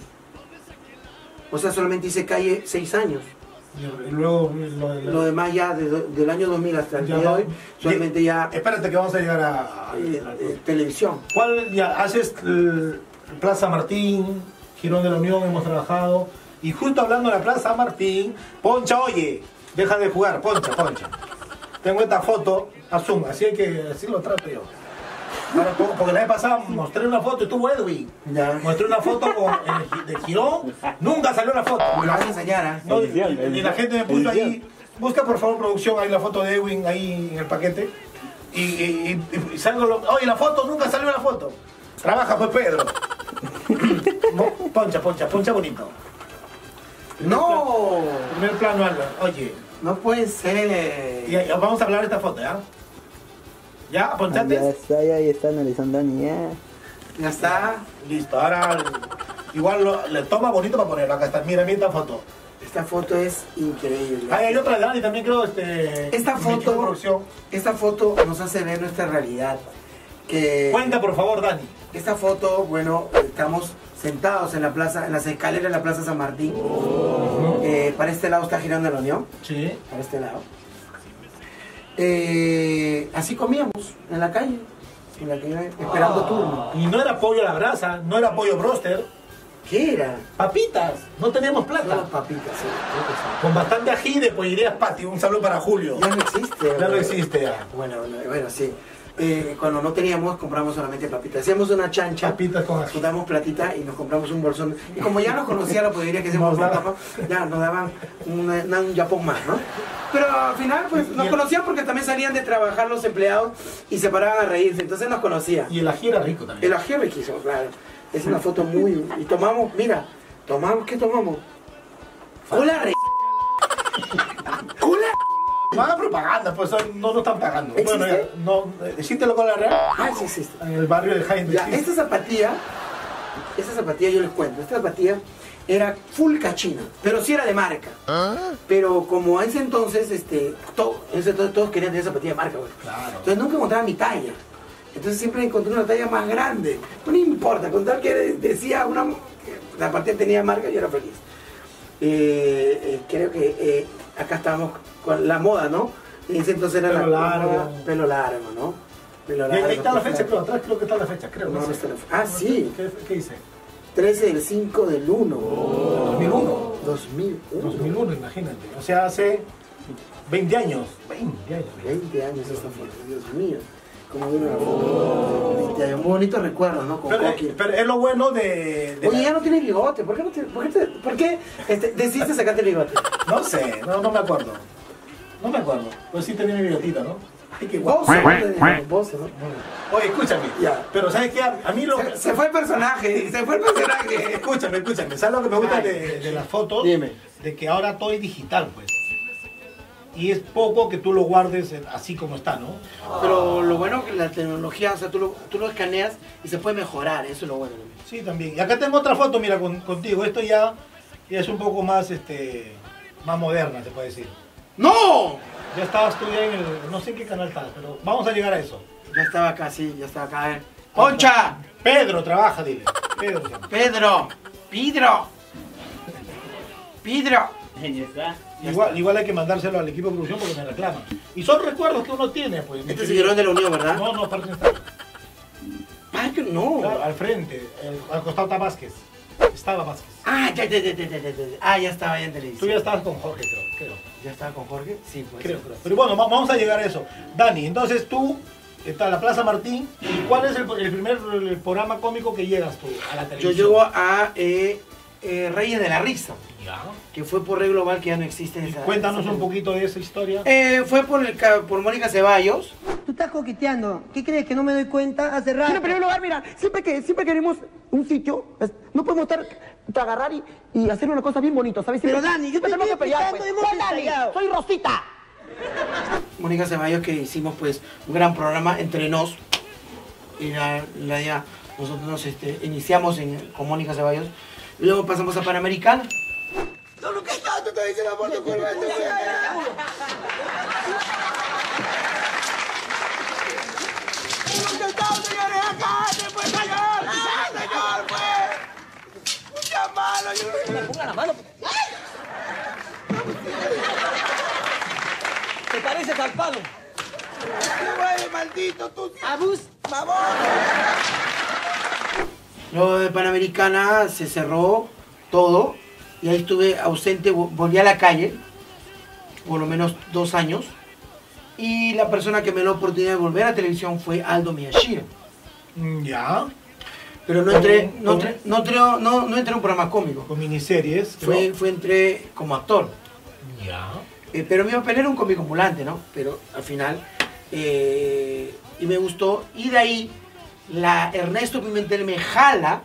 A: O sea, solamente hice calle 6 años.
B: Y luego lo de la-
A: Lo demás ya desde- del año 2000 hasta el
B: ya
A: día de
B: va-
A: hoy, solamente ya eh,
B: Espérate que vamos a llegar a... a-
A: eh, televisión.
B: ¿Cuál ya haces eh, Plaza Martín, Girón de la Unión, hemos trabajado? Y justo hablando de la Plaza Martín, Poncha, oye, deja de jugar, Poncha, Poncha. Tengo esta foto, asuma, así hay que, así lo trato yo. Ahora, po- porque la vez pasada mostré una foto y estuvo Edwin.
A: Ya.
B: Mostré una foto con, en el gi- de Girón, nunca salió la foto.
A: Me lo vas a enseñar, ¿ah?
B: No,
F: Edición,
B: y- y, la
F: edición,
B: gente me puso
F: edición.
B: ahí. Busca por favor producción ahí la foto de Edwin ahí en el paquete. Y, y, y- y salgo. lo- Oye, la foto, nunca salió la foto. Trabaja pues Pedro. Mo- poncha, poncha, poncha bonito.
A: No,
B: Primer plano Álvaro. Oye,
A: no puede
B: y-
A: ser.
B: y vamos a hablar de esta foto, ¿ya? ¿Ya?
F: Ya
B: ¿Ponchaste?
F: está, ya, ya está analizando Dani, ya.
A: Ya está,
B: Listo, ahora igual lo- le toma bonito para ponerlo. Acá está, mira, mira esta foto.
A: esta foto es increíble.
B: Ahí hay otra de Dani también creo, este.
A: Esta
B: me equivoco,
A: foto,
B: producción.
A: esta foto nos hace ver nuestra realidad. Que
B: Cuenta por favor, Dani.
A: esta foto, bueno, estamos sentados en la plaza, en las escaleras de la Plaza San Martín. Eh, para este lado está girando la Unión,
B: Sí.
A: para este lado. Eh, así comíamos en la calle, en la calle, esperando turno.
B: Y no era pollo a la brasa, no era pollo broster,
A: ¿Qué era?
B: papitas, no teníamos plata.
A: Solo papitas. sí, creo que sí.
B: Con bastante ají de pollerías patio. Un saludo para Julio.
A: Ya no existe.
B: Ya no
A: güey.
B: existe, ya.
A: Bueno, bueno, bueno, sí. eh, cuando no teníamos, compramos solamente papitas. Hacíamos una chancha.
B: Papitas con ají.
A: Juntamos platita y nos compramos un bolsón. Y como ya nos conocía la podería que hacíamos,
B: Nos daba-
A: papá, ya nos daban una- una- un yapón más, ¿no? Pero al final, pues nos conocían porque también salían de trabajar los empleados y se paraban a reírse. Entonces nos conocían.
B: Y el ají era rico también.
A: El ají riquísimo, claro. Es una foto muy. Y tomamos, mira, tomamos, ¿qué tomamos? Cola re. Cola.
B: Van a propaganda, pues son- no lo están pagando.
A: ¿Existe?
B: Bueno, ya, no, exíntelo con la real.
A: Ah, sí, sí. sí.
B: En el barrio de Jaime.
A: Ya, esta zapatilla, esta zapatilla yo les cuento, esta zapatilla era full cachina, pero sí era de marca. Pero como en ese entonces, este, to- en ese entonces todos querían tener zapatilla de marca, güey.
B: Claro.
A: Entonces nunca encontraba mi talla. Entonces siempre encontré una talla más grande. No importa, con tal que decía una. que La partida tenía marca, yo era feliz. Eh, eh, creo que eh, acá estamos con la moda, ¿no? En ese entonces era
B: Pelo
A: la, la
B: largo.
A: moda, pelo largo, ¿no? Pelo
B: Y ahí-
A: largo,
B: ahí está la
A: pelo
B: fecha,
A: largo.
B: creo. Atrás creo que está la fecha, creo.
A: No,
B: sé.
A: no está la fe- ah, sí.
B: ¿Qué, qué dice?
A: 13 del 5 del 1.
B: 2001.
A: 2001.
B: 2001, imagínate. O sea, hace 20 años. 20 años.
A: 20 años esta foto, Dios mío. Como dura la foto. 20 años. Un bonito recuerdo, ¿no? Con
B: Pero,
A: Coqui.
B: eh, pero es lo bueno de. de
A: Oye,
B: la-
A: ya no tienes bigote. ¿Por qué, no te, por qué, te- por qué, este, decidiste sacarte el bigote?
B: No sé, no, no me acuerdo. No me acuerdo. Pero sí tenía mi bigotita, ¿no? Ay, qué guapo.
A: Vos, ¿no? Vos, ¿no?
B: Oye, escúchame.
A: Ya.
B: Pero ¿sabes qué? A a mí lo
A: Se, se fue el personaje, se fue el personaje.
B: Escúchame, escúchame. ¿Sabes lo que me gusta de, de las fotos?
A: Dime.
B: De que ahora todo es digital, pues. Y es poco que tú lo guardes en- así como está, ¿no?
A: Pero lo bueno que la tecnología, o sea, tú lo, tú lo escaneas y se puede mejorar, eso es lo bueno.
B: Sí, también. Y acá tengo otra foto, mira, con- contigo. Esto ya, ya es un poco más, este, más moderna, se puede decir.
A: ¡No!
B: Ya estabas tú ya en el, no sé en qué canal estabas, pero vamos a llegar a eso.
A: Ya estaba acá, sí, ya estaba acá. A ver. ¡Concha!
B: Pedro, trabaja, dile. Pedro.
A: Pedro, Pedro, Pedro.
B: Igual, igual hay que mandárselo al equipo de producción porque me reclaman. Y son recuerdos que uno tiene, pues. mi
A: Este se
B: querido.
A: quedó de la Unión, ¿verdad?
B: No, no, aparte no está.
A: Ah, que no.
B: Claro, al frente, el- al costado está Vázquez. Estaba Vázquez.
A: Ah, ya, ya, ya, ya, ya, ya, ya. Ah, ya estaba ya en
B: Tú
A: televisión.
B: ya estabas con Jorge, creo. Creo,
A: ¿Ya estaba con Jorge? Sí, pues.
B: creo, creo. Pero bueno, va- vamos a llegar a eso. Dani, entonces tú, está la Plaza Martín. ¿Y cuál es el, el primer el programa cómico que llegas tú a la
A: Yo
B: televisión?
A: llego a eh, eh, Reyes de la Risa,
B: Ya.
A: que fue por Rey Global, que ya no existe.
B: Y
A: esa-
B: Cuéntanos
A: esa
B: un
A: televisión.
B: poquito de esa historia.
A: Eh, fue por, el, ca- por Mónica Ceballos.
G: Tú estás coqueteando. ¿Qué crees que no me doy cuenta? Hace rato.
H: Pero en primer lugar, mira, siempre que siempre queremos un sitio, es- no podemos estar agarrar y, y hacer una cosa bien bonita, ¿sabes? Siempre-
G: Pero, Dani, yo te
H: siempre tenemos
G: estoy
H: que pelear,
G: explicando,
H: pues.
G: hemos
H: ¿Cuál Dani?
G: ensayado.
H: Soy Rosita.
A: Mónica Ceballos que hicimos pues un gran programa entre nos y la, la ya nosotros nos este, iniciamos en- con Mónica Ceballos y luego pasamos a Panamericana
H: ¿Te parece zarpado?
A: luego de Panamericana se cerró todo y ahí estuve ausente vo- volví a la calle por lo menos dos años y la persona que me dio la oportunidad de volver a televisión fue Aldo Miyashiro
B: Mm, Ya.
A: pero no entré no entré no entré, no, no entré a un programa cómico
B: Con miniseries. creo.
A: fue, fue entré como actor
B: Ya.
A: Eh, pero mi papel era un cómico ambulante, ¿no? Pero al final. eh, y me gustó. Y de ahí, la Ernesto Pimentel me jala,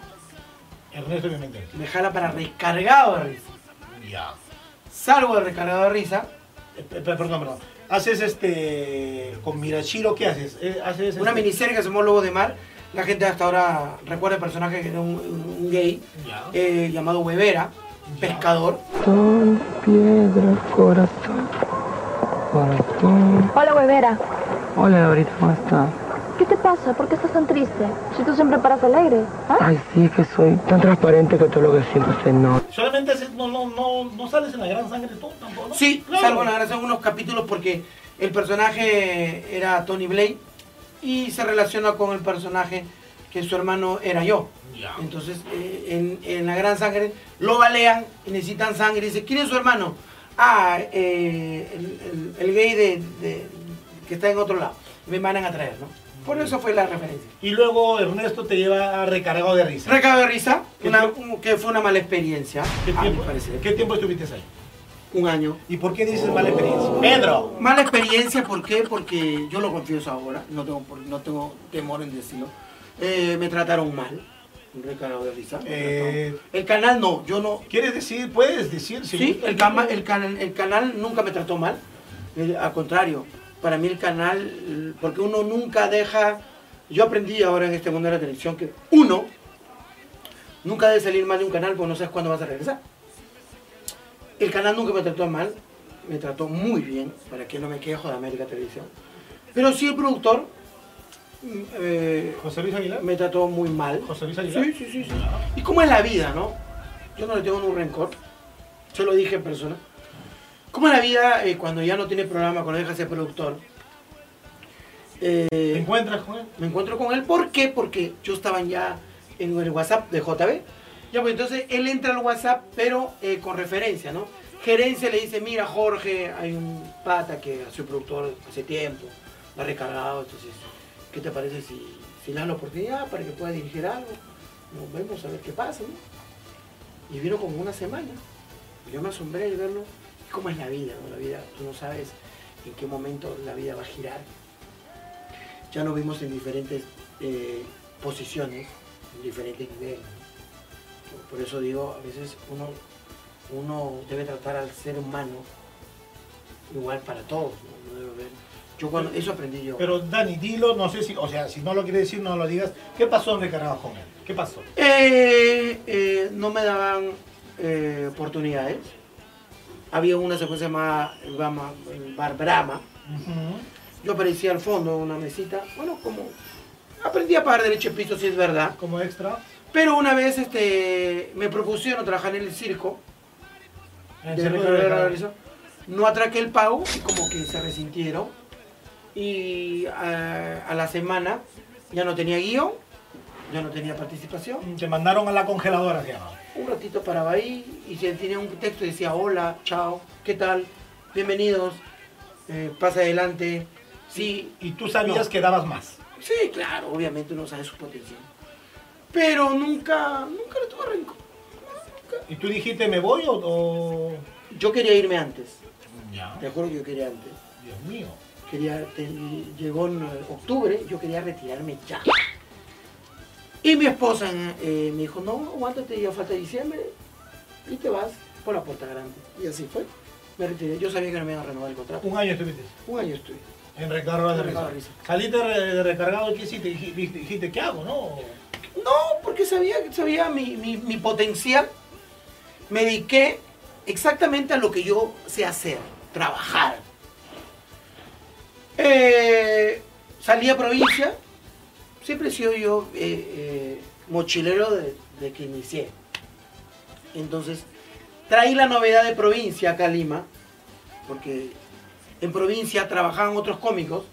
B: Ernesto Pimentel.
A: me jala para recargado de risa.
B: Ya.
A: Salgo de recargado de risa.
B: Eh, pe- pe- Perdón, perdón. Haces este. Con Mirachiro, ¿qué haces? Eh, haces
A: Una
B: este-
A: miniserie que se llamó Lobo de Mar. La gente hasta ahora recuerda el personaje que era un, un gay
B: Ya.
A: eh, llamado Webera,
B: Ya.
A: pescador.
F: Soy piedra, corazón. Corazón.
I: Hola, Huevera.
F: Hola, ahorita, ¿cómo estás?
I: ¿Qué te pasa? ¿Por qué estás tan triste? Si tú siempre paras alegre. ¿ah?
F: Ay, sí, que soy tan transparente que todo lo que siento se nota.
B: Solamente haces- no, no, no, no sales en la gran sangre tú tampoco, ¿no?
A: Sí,
B: Claro.
A: salgo en la grabación unos capítulos porque el personaje era Tony Blade y se relaciona con el personaje que su hermano era yo.
B: Ya.
A: Entonces, eh, en, en la gran sangre lo balean y necesitan sangre. Y dice, ¿quién es su hermano? Ah, eh, el, el- el gay de, de- que está en otro lado. Me mandan a traer, ¿no? Por eso fue la referencia.
B: Y luego Ernesto te lleva a recargado de risa.
A: Recado de risa,
B: ¿Qué
A: una-
B: tiempo?
A: un- que fue una mala experiencia,
B: ¿Qué
A: a mi
B: tiempo,
A: parecer.
B: ¿Qué tiempo estuviste ahí?
A: Un año.
B: ¿Y por qué dices mala experiencia? Pedro.
A: Mala experiencia, ¿por qué? Porque yo lo confieso ahora, no tengo, por- no tengo temor en decirlo. Eh, me trataron mal, un recado de risa. me
B: Eh.
A: trataron- El canal no, yo no,
B: ¿Quieres decir? ¿Puedes decir? si
A: Sí,
B: gustas?
A: el, cama- el, canal, el canal nunca me trató mal. Eh, Al contrario, para mí el canal, eh, porque uno nunca deja. Yo aprendí ahora en este mundo de la televisión que uno nunca debe salir mal de un canal porque no sabes cuándo vas a regresar. El canal nunca me trató mal, me trató muy bien, para que no me quejo de América Televisión. Pero sí el productor mm, eh,
B: José Luis Aguilar.
A: me trató muy mal.
B: José Luis Aguilar.
A: Sí, sí, sí, sí. ¿Y cómo es la vida, no? Yo no le tengo un rencor. Se lo dije en persona. ¿Cómo es la vida eh, cuando ya no tiene programa, cuando deja de ser productor?
B: ¿Te
A: Eh,
B: encuentras con él?
A: me encuentro con él. ¿Por qué? Porque yo estaba ya en el WhatsApp de JB. Ya, pues entonces él entra al WhatsApp, pero eh, con referencia, ¿no? Gerencia le dice, mira Jorge, hay un pata que ha sido productor hace tiempo, la ha recargado, entonces, ¿qué te parece si, si le das la oportunidad para que pueda dirigir algo? Nos vemos a ver qué pasa, ¿no? Y vino como una semana. Y Yo me asombré al verlo. ¿Y ¿Cómo es la vida? no? La vida, tú no sabes en qué momento la vida va a girar ya nos vimos en diferentes eh, posiciones, en diferentes niveles. Por eso digo, a veces uno, uno debe tratar al ser humano igual para todos. ¿no? No debe haber- Yo cuando, eso aprendí yo.
B: Pero Dani, dilo, no sé si, o sea, si no lo quieres decir, no lo digas. ¿Qué pasó en recargado con él? ¿Qué pasó?
A: Eh, eh, no me daban eh, oportunidades. Había una secuencia más Brahma. Yo aparecía al fondo de una mesita. Bueno, como aprendí a pagar derecho y piso, si es verdad.
B: Como extra.
A: Pero una vez este, me propusieron trabajar en el circo.
B: en el
A: de
B: circo de
A: Ricardo
B: Recargado.
A: Alvarado. No atraqué el pago y como que se resintieron. Y ah, a la semana ya no tenía guión, ya no tenía participación.
B: Te mandaron a la congeladora, se llama.
A: un ratito paraba ahí y se tenía un texto y decía hola, chao, ¿qué tal? Bienvenidos, eh, pasa adelante. Sí,
B: Y tú sabías
A: No.
B: que dabas más.
A: sí, claro, obviamente uno sabe su potencial. Pero nunca, nunca le tuve rencor.
B: ¿Y tú dijiste, me voy o.? o-
A: Yo quería irme antes,
B: Ya.
A: te juro que yo quería antes.
B: Dios mío.
A: Quería, te- llegó en eh, octubre, yo quería retirarme ya. Y mi esposa eh, me dijo, no, aguántate, ya falta diciembre y te vas por la puerta grande. Y así fue. Me retiré. Yo sabía que no me iban a renovar el contrato.
B: Un año estuviste
A: Un año estuve.
B: en recargado de
A: En Recargado de
B: risa.
A: Risa.
B: Saliste re- de recargado, ¿qué hiciste? Dijiste, dijiste, ¿qué hago, no?
A: No, porque sabía, sabía mi, mi- mi potencial. Me dediqué exactamente a lo que yo sé hacer, trabajar. Eh, salí a provincia. Siempre he sido yo eh, eh, mochilero de, de que inicié. Entonces, traí la novedad de provincia acá a Lima, porque en provincia trabajaban otros cómicos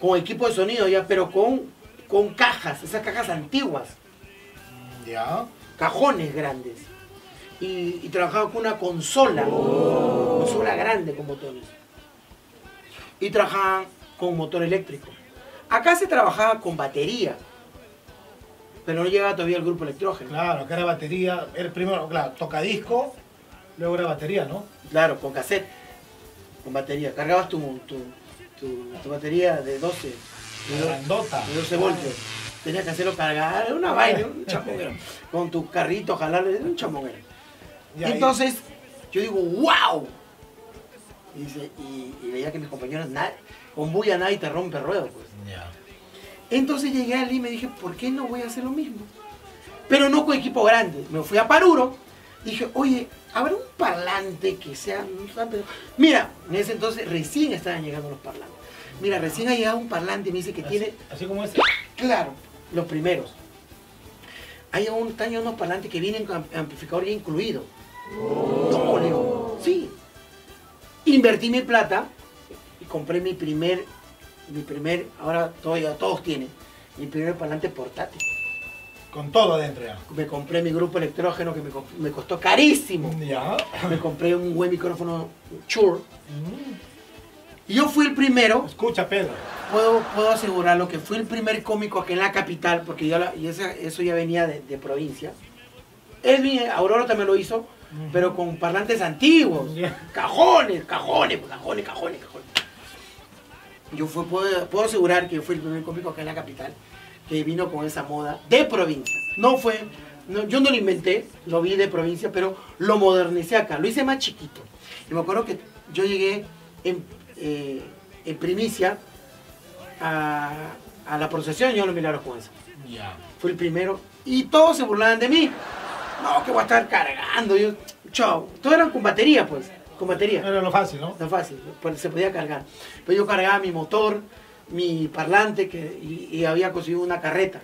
A: con equipo de sonido ya, pero con, con cajas, esas cajas antiguas,
B: Ya.
A: cajones grandes. Y, y trabajaba con una consola, consola grande con botones. Y trabajaban con motor eléctrico. Acá se trabajaba con batería, pero no llegaba todavía el grupo electrógeno.
B: Claro, que era batería. El primero, claro, tocadisco, luego era batería, ¿no?
A: Claro, con cassette, con batería. Cargabas tu, tu, tu- tu batería de 12, de do-
B: Grandota.
A: de 12 voltios. Tenías que hacerlo cargar, era una vaina, un chamonguero. Con tu carrito, jalarle, era un chamonguero.
B: Y ahí-
A: Entonces, yo digo, wow. Y, dice- y- y veía que mis compañeros, na- con bulla nadie te rompe ruedo, pues.
B: Ya.
A: Entonces llegué a Lima y dije, ¿por qué no voy a hacer lo mismo? Pero no con equipo grande. Me fui a Paruro. Dije, oye, habrá un parlante que sea... un tanto- Mira, en ese entonces recién estaban llegando los parlantes. Mira, recién ha llegado un parlante y me dice que tiene...
B: Así, así como es.
A: Claro, los primeros. Hay un, están llegando unos parlantes que vienen con am- amplificador ya incluido. No, Leo. Sí. Invertí mi plata y compré mi primer, mi primer, ahora todavía todos tienen, mi primer parlante portátil.
B: Con todo adentro ya.
A: Me compré mi grupo electrógeno que me, co- me costó carísimo.
B: Ya.
A: Me compré un buen micrófono Shure. Y yo fui el primero,
B: Escucha, Pedro.
A: puedo, puedo asegurarlo, que fui el primer cómico aquí en la capital, porque yo la- y esa- eso ya venía de, de provincia. Edwin Aurora también lo hizo, pero con parlantes antiguos.
B: Ya.
A: Cajones, cajones, cajones, cajones, cajones. Yo fui- puedo, puedo asegurar que yo fui el primer cómico acá en la capital que vino con esa moda de provincia. No fue, no, yo no lo inventé, lo vi de provincia, pero lo modernicé acá, lo hice más chiquito. Y me acuerdo que yo llegué en, eh, en primicia a, a la procesión y yo los milagros con eso. Fui el primero y todos se burlaban de mí. No, que voy a estar cargando. Yo, chao. Todos eran con batería, pues, con batería.
B: Era lo fácil, ¿no?
A: Tan fácil, pues, se podía cargar. Pero yo cargaba mi motor, mi parlante que, y, y había conseguido una carreta.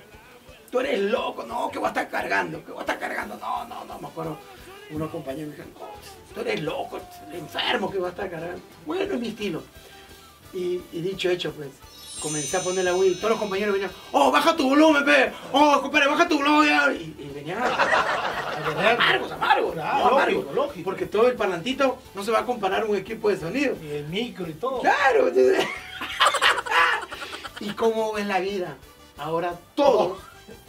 A: Tú eres loco, no, que voy a estar cargando, que voy a estar cargando. No, no, no, me acuerdo. Unos compañeros me dijeron, "No, tú eres loco, enfermo que voy a estar cargando. Bueno, es mi estilo. Y, y dicho hecho, pues, comencé a poner la Wii y todos los compañeros venían, oh, baja tu volumen, pe, oh, compadre, baja tu volumen. Y, y venían amargos, amargos,
B: Claro,
A: no, amargos.
B: lógico, lógico.
A: Porque todo el parlantito no se va a comparar un equipo de sonido.
B: Y el micro y todo.
A: Claro, entonces- y cómo ves la vida. Ahora todos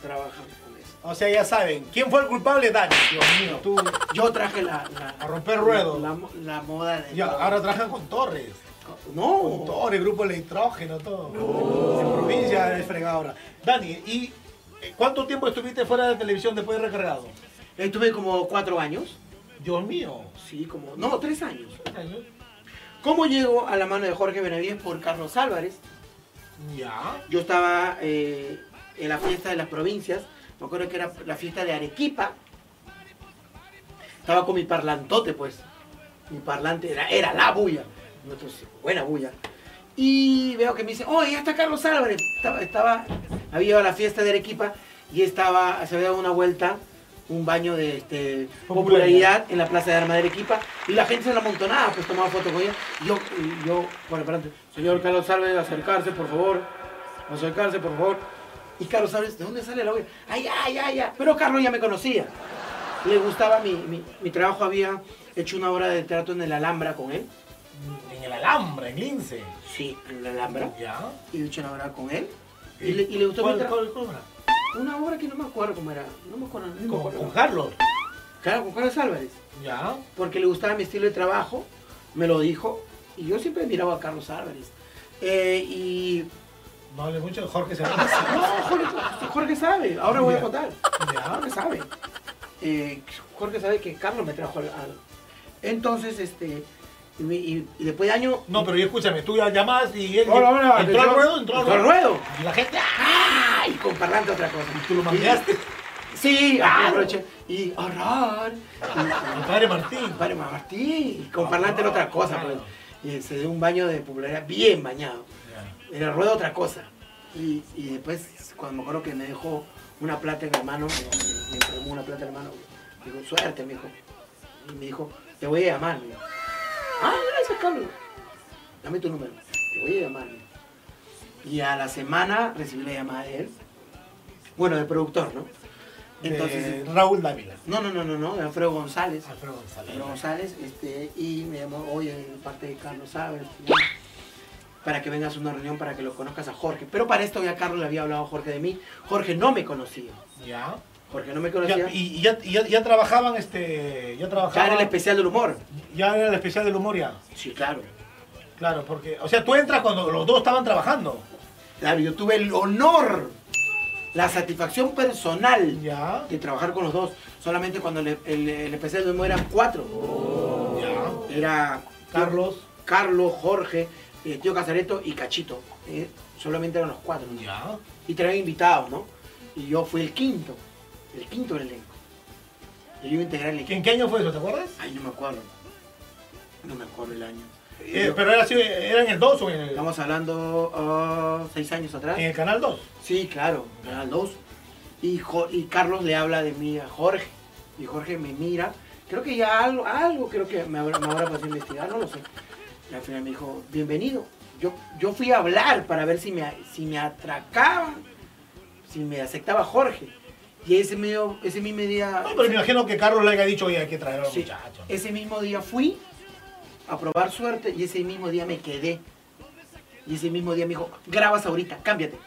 A: trabajan con eso.
B: O sea, ya saben. ¿Quién fue el culpable, Dani? Dios mío, tú.
A: Yo traje la, la-
B: A romper ruedos.
A: La, la moda de
B: Ya, ahora trabajan con Torres. Con
A: no.
B: Torres, grupo electrógeno, todo. En provincia es fregado ahora. Dani, ¿y eh, cuánto tiempo estuviste fuera de la televisión después de recargado?
A: Estuve como cuatro años.
B: Dios mío.
A: Sí, como. No, tres años. ¿Cómo llego a la mano de Jorge Benavides por Carlos Álvarez?
B: Ya.
A: Yo estaba eh, en la fiesta de las provincias, me acuerdo que era la fiesta de Arequipa. Estaba con mi parlantote, pues. Mi parlante era, era la bulla. Nosotros, buena bulla. Y veo que me dice, oye, ya está Carlos Álvarez. Estaba, estaba- había ido a la fiesta de Arequipa y estaba, se había dado una vuelta, un baño de este, popularidad en la Plaza de Armas de Arequipa y la gente se la amontonaba, pues tomaba fotos con ella. Y yo, y yo, por el parlante, señor Carlos Álvarez, acercarse, por favor. Acercarse, por favor. Y Carlos Álvarez, ¿de dónde sale la olla? Ay, ay, ay, ay. Pero Carlos ya me conocía. Le gustaba mi, mi, mi trabajo. Había hecho una obra de teatro en el Alhambra con él.
B: En el Alhambra, en Lince.
A: Sí, en el Alhambra.
B: Ya.
A: Y he hecho una obra con él. Y le, y le gustó mi
B: ¿Cuál,
A: trabajo.
B: cuál, cuál era?
A: Una obra que no me acuerdo cómo era. No me acuerdo. no me
B: Con,
A: acuerdo.
B: con Carlos.
A: Claro, con Carlos Álvarez.
B: Ya.
A: porque le gustaba mi estilo de trabajo, me lo dijo, y yo siempre miraba a Carlos Álvarez. Eh, y
B: No hable mucho de Jorge
A: no,
B: Serrano.
A: Jorge, Jorge sabe, ahora voy a contar.
B: Ya.
A: Jorge sabe. Eh, Jorge sabe que Carlos me trajo al... al- Entonces, este, y, me- y- y después de año...
B: No, pero yo escúchame, tú ya llamás y él.
A: Hola, hola,
B: entró al
A: atención.
B: ruedo, entró al
A: Entró al
B: ruedo.
A: ruedo.
B: Y la gente. ¡ah!
A: ¡Ay! Con parlante otra cosa.
B: Tú lo mandaste.
A: Sí, ah, aproveché. Y horror. Y-
B: Mi padre Martín.
A: Padre Martín, y con parlante era otra cosa,
B: claro.
A: pues. Y se dio un baño de popularidad bien bañado. Era rueda otra cosa. Y, y después, cuando me acuerdo que me dejó una plata en la mano, me- me entregó una plata en la mano, me dijo, suerte, me dijo. Y me dijo, te voy a llamar. me dijo. Ah, gracias, Carlos. Dame tu número. Te voy a llamar. me dijo. Y a la semana recibí la llamada de él. Bueno, del productor, ¿no? Entonces,
B: Entonces, Eh, Raúl Dávila.
A: no, no, no, no, no, de Alfredo González.
B: Alfredo González.
A: Pedro González, este, y me llamó hoy en parte de Carlos Álvarez para que vengas a una reunión para que lo conozcas a Jorge. Pero para esto ya Carlos le había hablado a Jorge de mí. Jorge no me conocía.
B: Ya.
A: Jorge no me
B: Ya,
A: conocía. Ya,
B: y y ya, y ya, ya trabajaban este. Ya trabajaban.
A: era el especial del humor.
B: ya era el especial del humor ya.
A: Sí, claro.
B: Claro, porque. O sea, tú entras cuando los dos estaban trabajando.
A: Claro, yo tuve el honor, la satisfacción personal
B: Ya.
A: de trabajar con los dos. Solamente cuando el, el- el especial del humor eran cuatro.
B: Ya.
A: Era
B: Carlos.
A: Carlos, Jorge, eh, Tío Casareto y Cachito. Eh, solamente eran los cuatro.
B: Ya.
A: y traía invitados, ¿no? Y yo fui el quinto, el quinto del elenco. Y yo iba a integrar el equipo.
B: ¿En qué año fue eso? ¿Te acuerdas?
A: Ay, no me acuerdo. No me acuerdo el año.
B: Eh,
A: Yo-
B: pero era, así, era en el 2 o en el,
A: Estamos hablando ah, seis años atrás.
B: en el canal 2.
A: Sí, claro, eran dos. Y, Jo- y Carlos le habla de mí a Jorge. Y Jorge me mira. Creo que ya algo, algo creo que me habrá, me habrá pasado a investigar, no lo sé. Y al final me dijo, bienvenido. Yo, yo fui a hablar para ver si me, si me atracaba, si me aceptaba Jorge. Y ese, medio, ese mismo día...
B: No, pero me imagino que Carlos le haya dicho, oye, hay que traer a los
A: Sí,
B: muchachos.
A: ese mismo día fui a probar suerte y ese mismo día me quedé Y ese mismo día me dijo, grabas ahorita, cámbiate.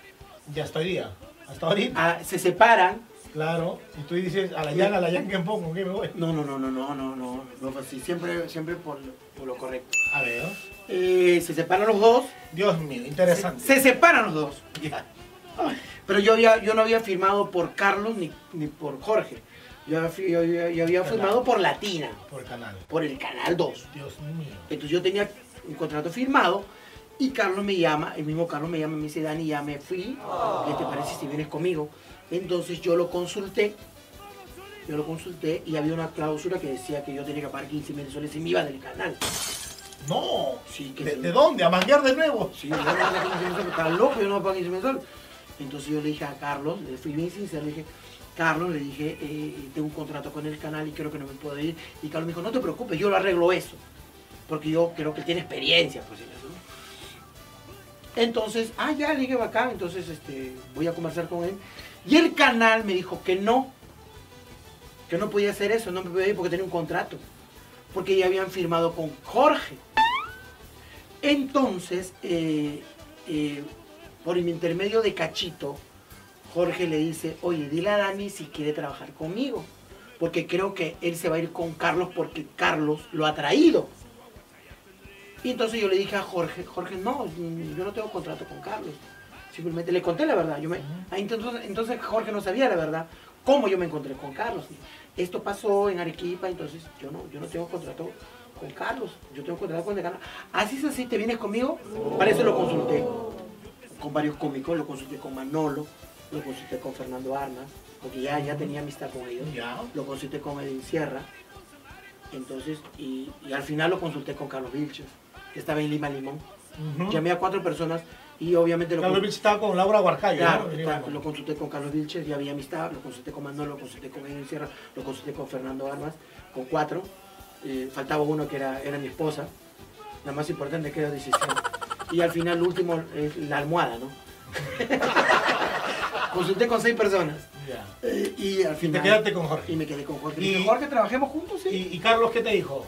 B: Ya hasta hoy día. Hasta ahorita.
A: Ah, se separan.
B: Claro. Y tú dices, a la llana, a la llana, que pongo, ¿qué me voy?
A: No, no, no, no, no, no, no. no fue así, siempre, siempre por, lo- por lo correcto.
B: A ver.
A: Eh, se separan los dos.
B: Dios mío, interesante.
A: Se separan los dos.
B: Ya.
A: Pero yo, había, yo no había firmado por Carlos ni, ni por Jorge. Yo, había fi- yo había- yo había firmado por Latina,
B: Por el canal.
A: por el Canal 2.
B: Dios mío.
A: Entonces yo tenía un contrato firmado y Carlos me llama, el mismo Carlos me llama y me dice, Dani, ya me fui, ¿qué te parece si vienes conmigo? Entonces yo lo consulté, yo lo consulté y había una cláusula que decía que yo tenía que pagar 15 mil soles y me iba del canal.
B: No.
A: Sí, que
B: ¿De,
A: sí.
B: de dónde? ¿A manguear de nuevo?
A: Sí, yo no voy a pagar 15 mil soles, está loco, yo no voy a pagar 15 mil soles. Entonces yo le dije a Carlos, le fui bien sincero, le dije, Carlos, le dije, eh, tengo un contrato con el canal y creo que no me puedo ir. Y Carlos me dijo, no te preocupes, yo lo arreglo eso. Porque yo creo que él tiene experiencia, pues, por si acaso, ¿no? Entonces, ah, ya, le dije, bacán, entonces este, voy a conversar con él. Y el canal me dijo que no, que no podía hacer eso, no me podía ir porque tenía un contrato. Porque ya habían firmado con Jorge. Entonces, eh, eh, por el intermedio de Cachito, Jorge le dice, oye, dile a Dani si quiere trabajar conmigo, porque creo que él se va a ir con Carlos porque Carlos lo ha traído. Y entonces yo le dije a Jorge, Jorge, no, mm, yo no tengo contrato con Carlos. Simplemente le conté la verdad. Yo me, ah, entonces, entonces Jorge no sabía la verdad cómo yo me encontré con Carlos. Esto pasó en Arequipa, entonces yo no, yo no tengo contrato con Carlos. Yo tengo contrato con el canal. Así es así, ¿te vienes conmigo? Para eso lo consulté con varios cómicos, lo consulté con Manolo, lo consulté con Fernando Armas, porque ya, ya tenía amistad con ellos.
B: Ya.
A: Lo consulté con Edwin Sierra. Entonces, y, y al final lo consulté con Carlos Vilches, que estaba en Lima Limón.
B: Ujú.
A: Llamé a cuatro personas y obviamente lo,
B: Carlos
A: con-
B: Vilch estaba con Laura Huarcayo.
A: Claro,
B: ¿no?
A: claro, lo consulté con Carlos Vilches, ya había amistad, lo consulté con Manolo, lo consulté con Edwin Sierra, lo consulté con Fernando Armas, con cuatro. Eh, faltaba uno que era, era mi esposa, la más importante que era decisión. Y al final, lo último, es la almohada, ¿no? consulté con seis personas.
B: Ya.
A: Eh, y al final.
B: quedaste con Jorge.
A: Y me quedé con Jorge.
B: Y-
A: Y dije, Jorge, trabajemos juntos, sí.
B: ¿Y, y Carlos qué te dijo?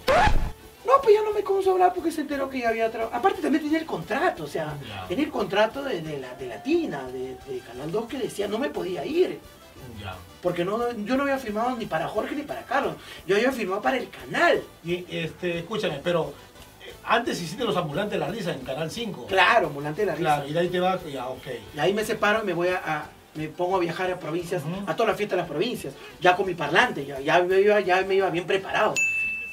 A: No, pues ya no me comenzó a hablar porque se enteró que ya había trabajado. Aparte también tenía el contrato, o sea,
B: Ya.
A: tenía el contrato de, de la, de Latina, de, de Canal 2 que decía no me podía ir.
B: Ya.
A: Porque no, yo no había firmado ni para Jorge ni para Carlos. Yo había firmado para el canal.
B: Y este, escúchame, pero eh, antes hiciste los ambulantes de la risa en Canal 5.
A: Claro, volante de la risa.
B: Claro, y de ahí te va, ya, ok.
A: Y ahí me separo y me voy a, a- me pongo a viajar a provincias,
B: Ujú.
A: a todas las fiestas de las provincias, ya con mi parlante, ya, ya me, iba, ya me iba bien preparado.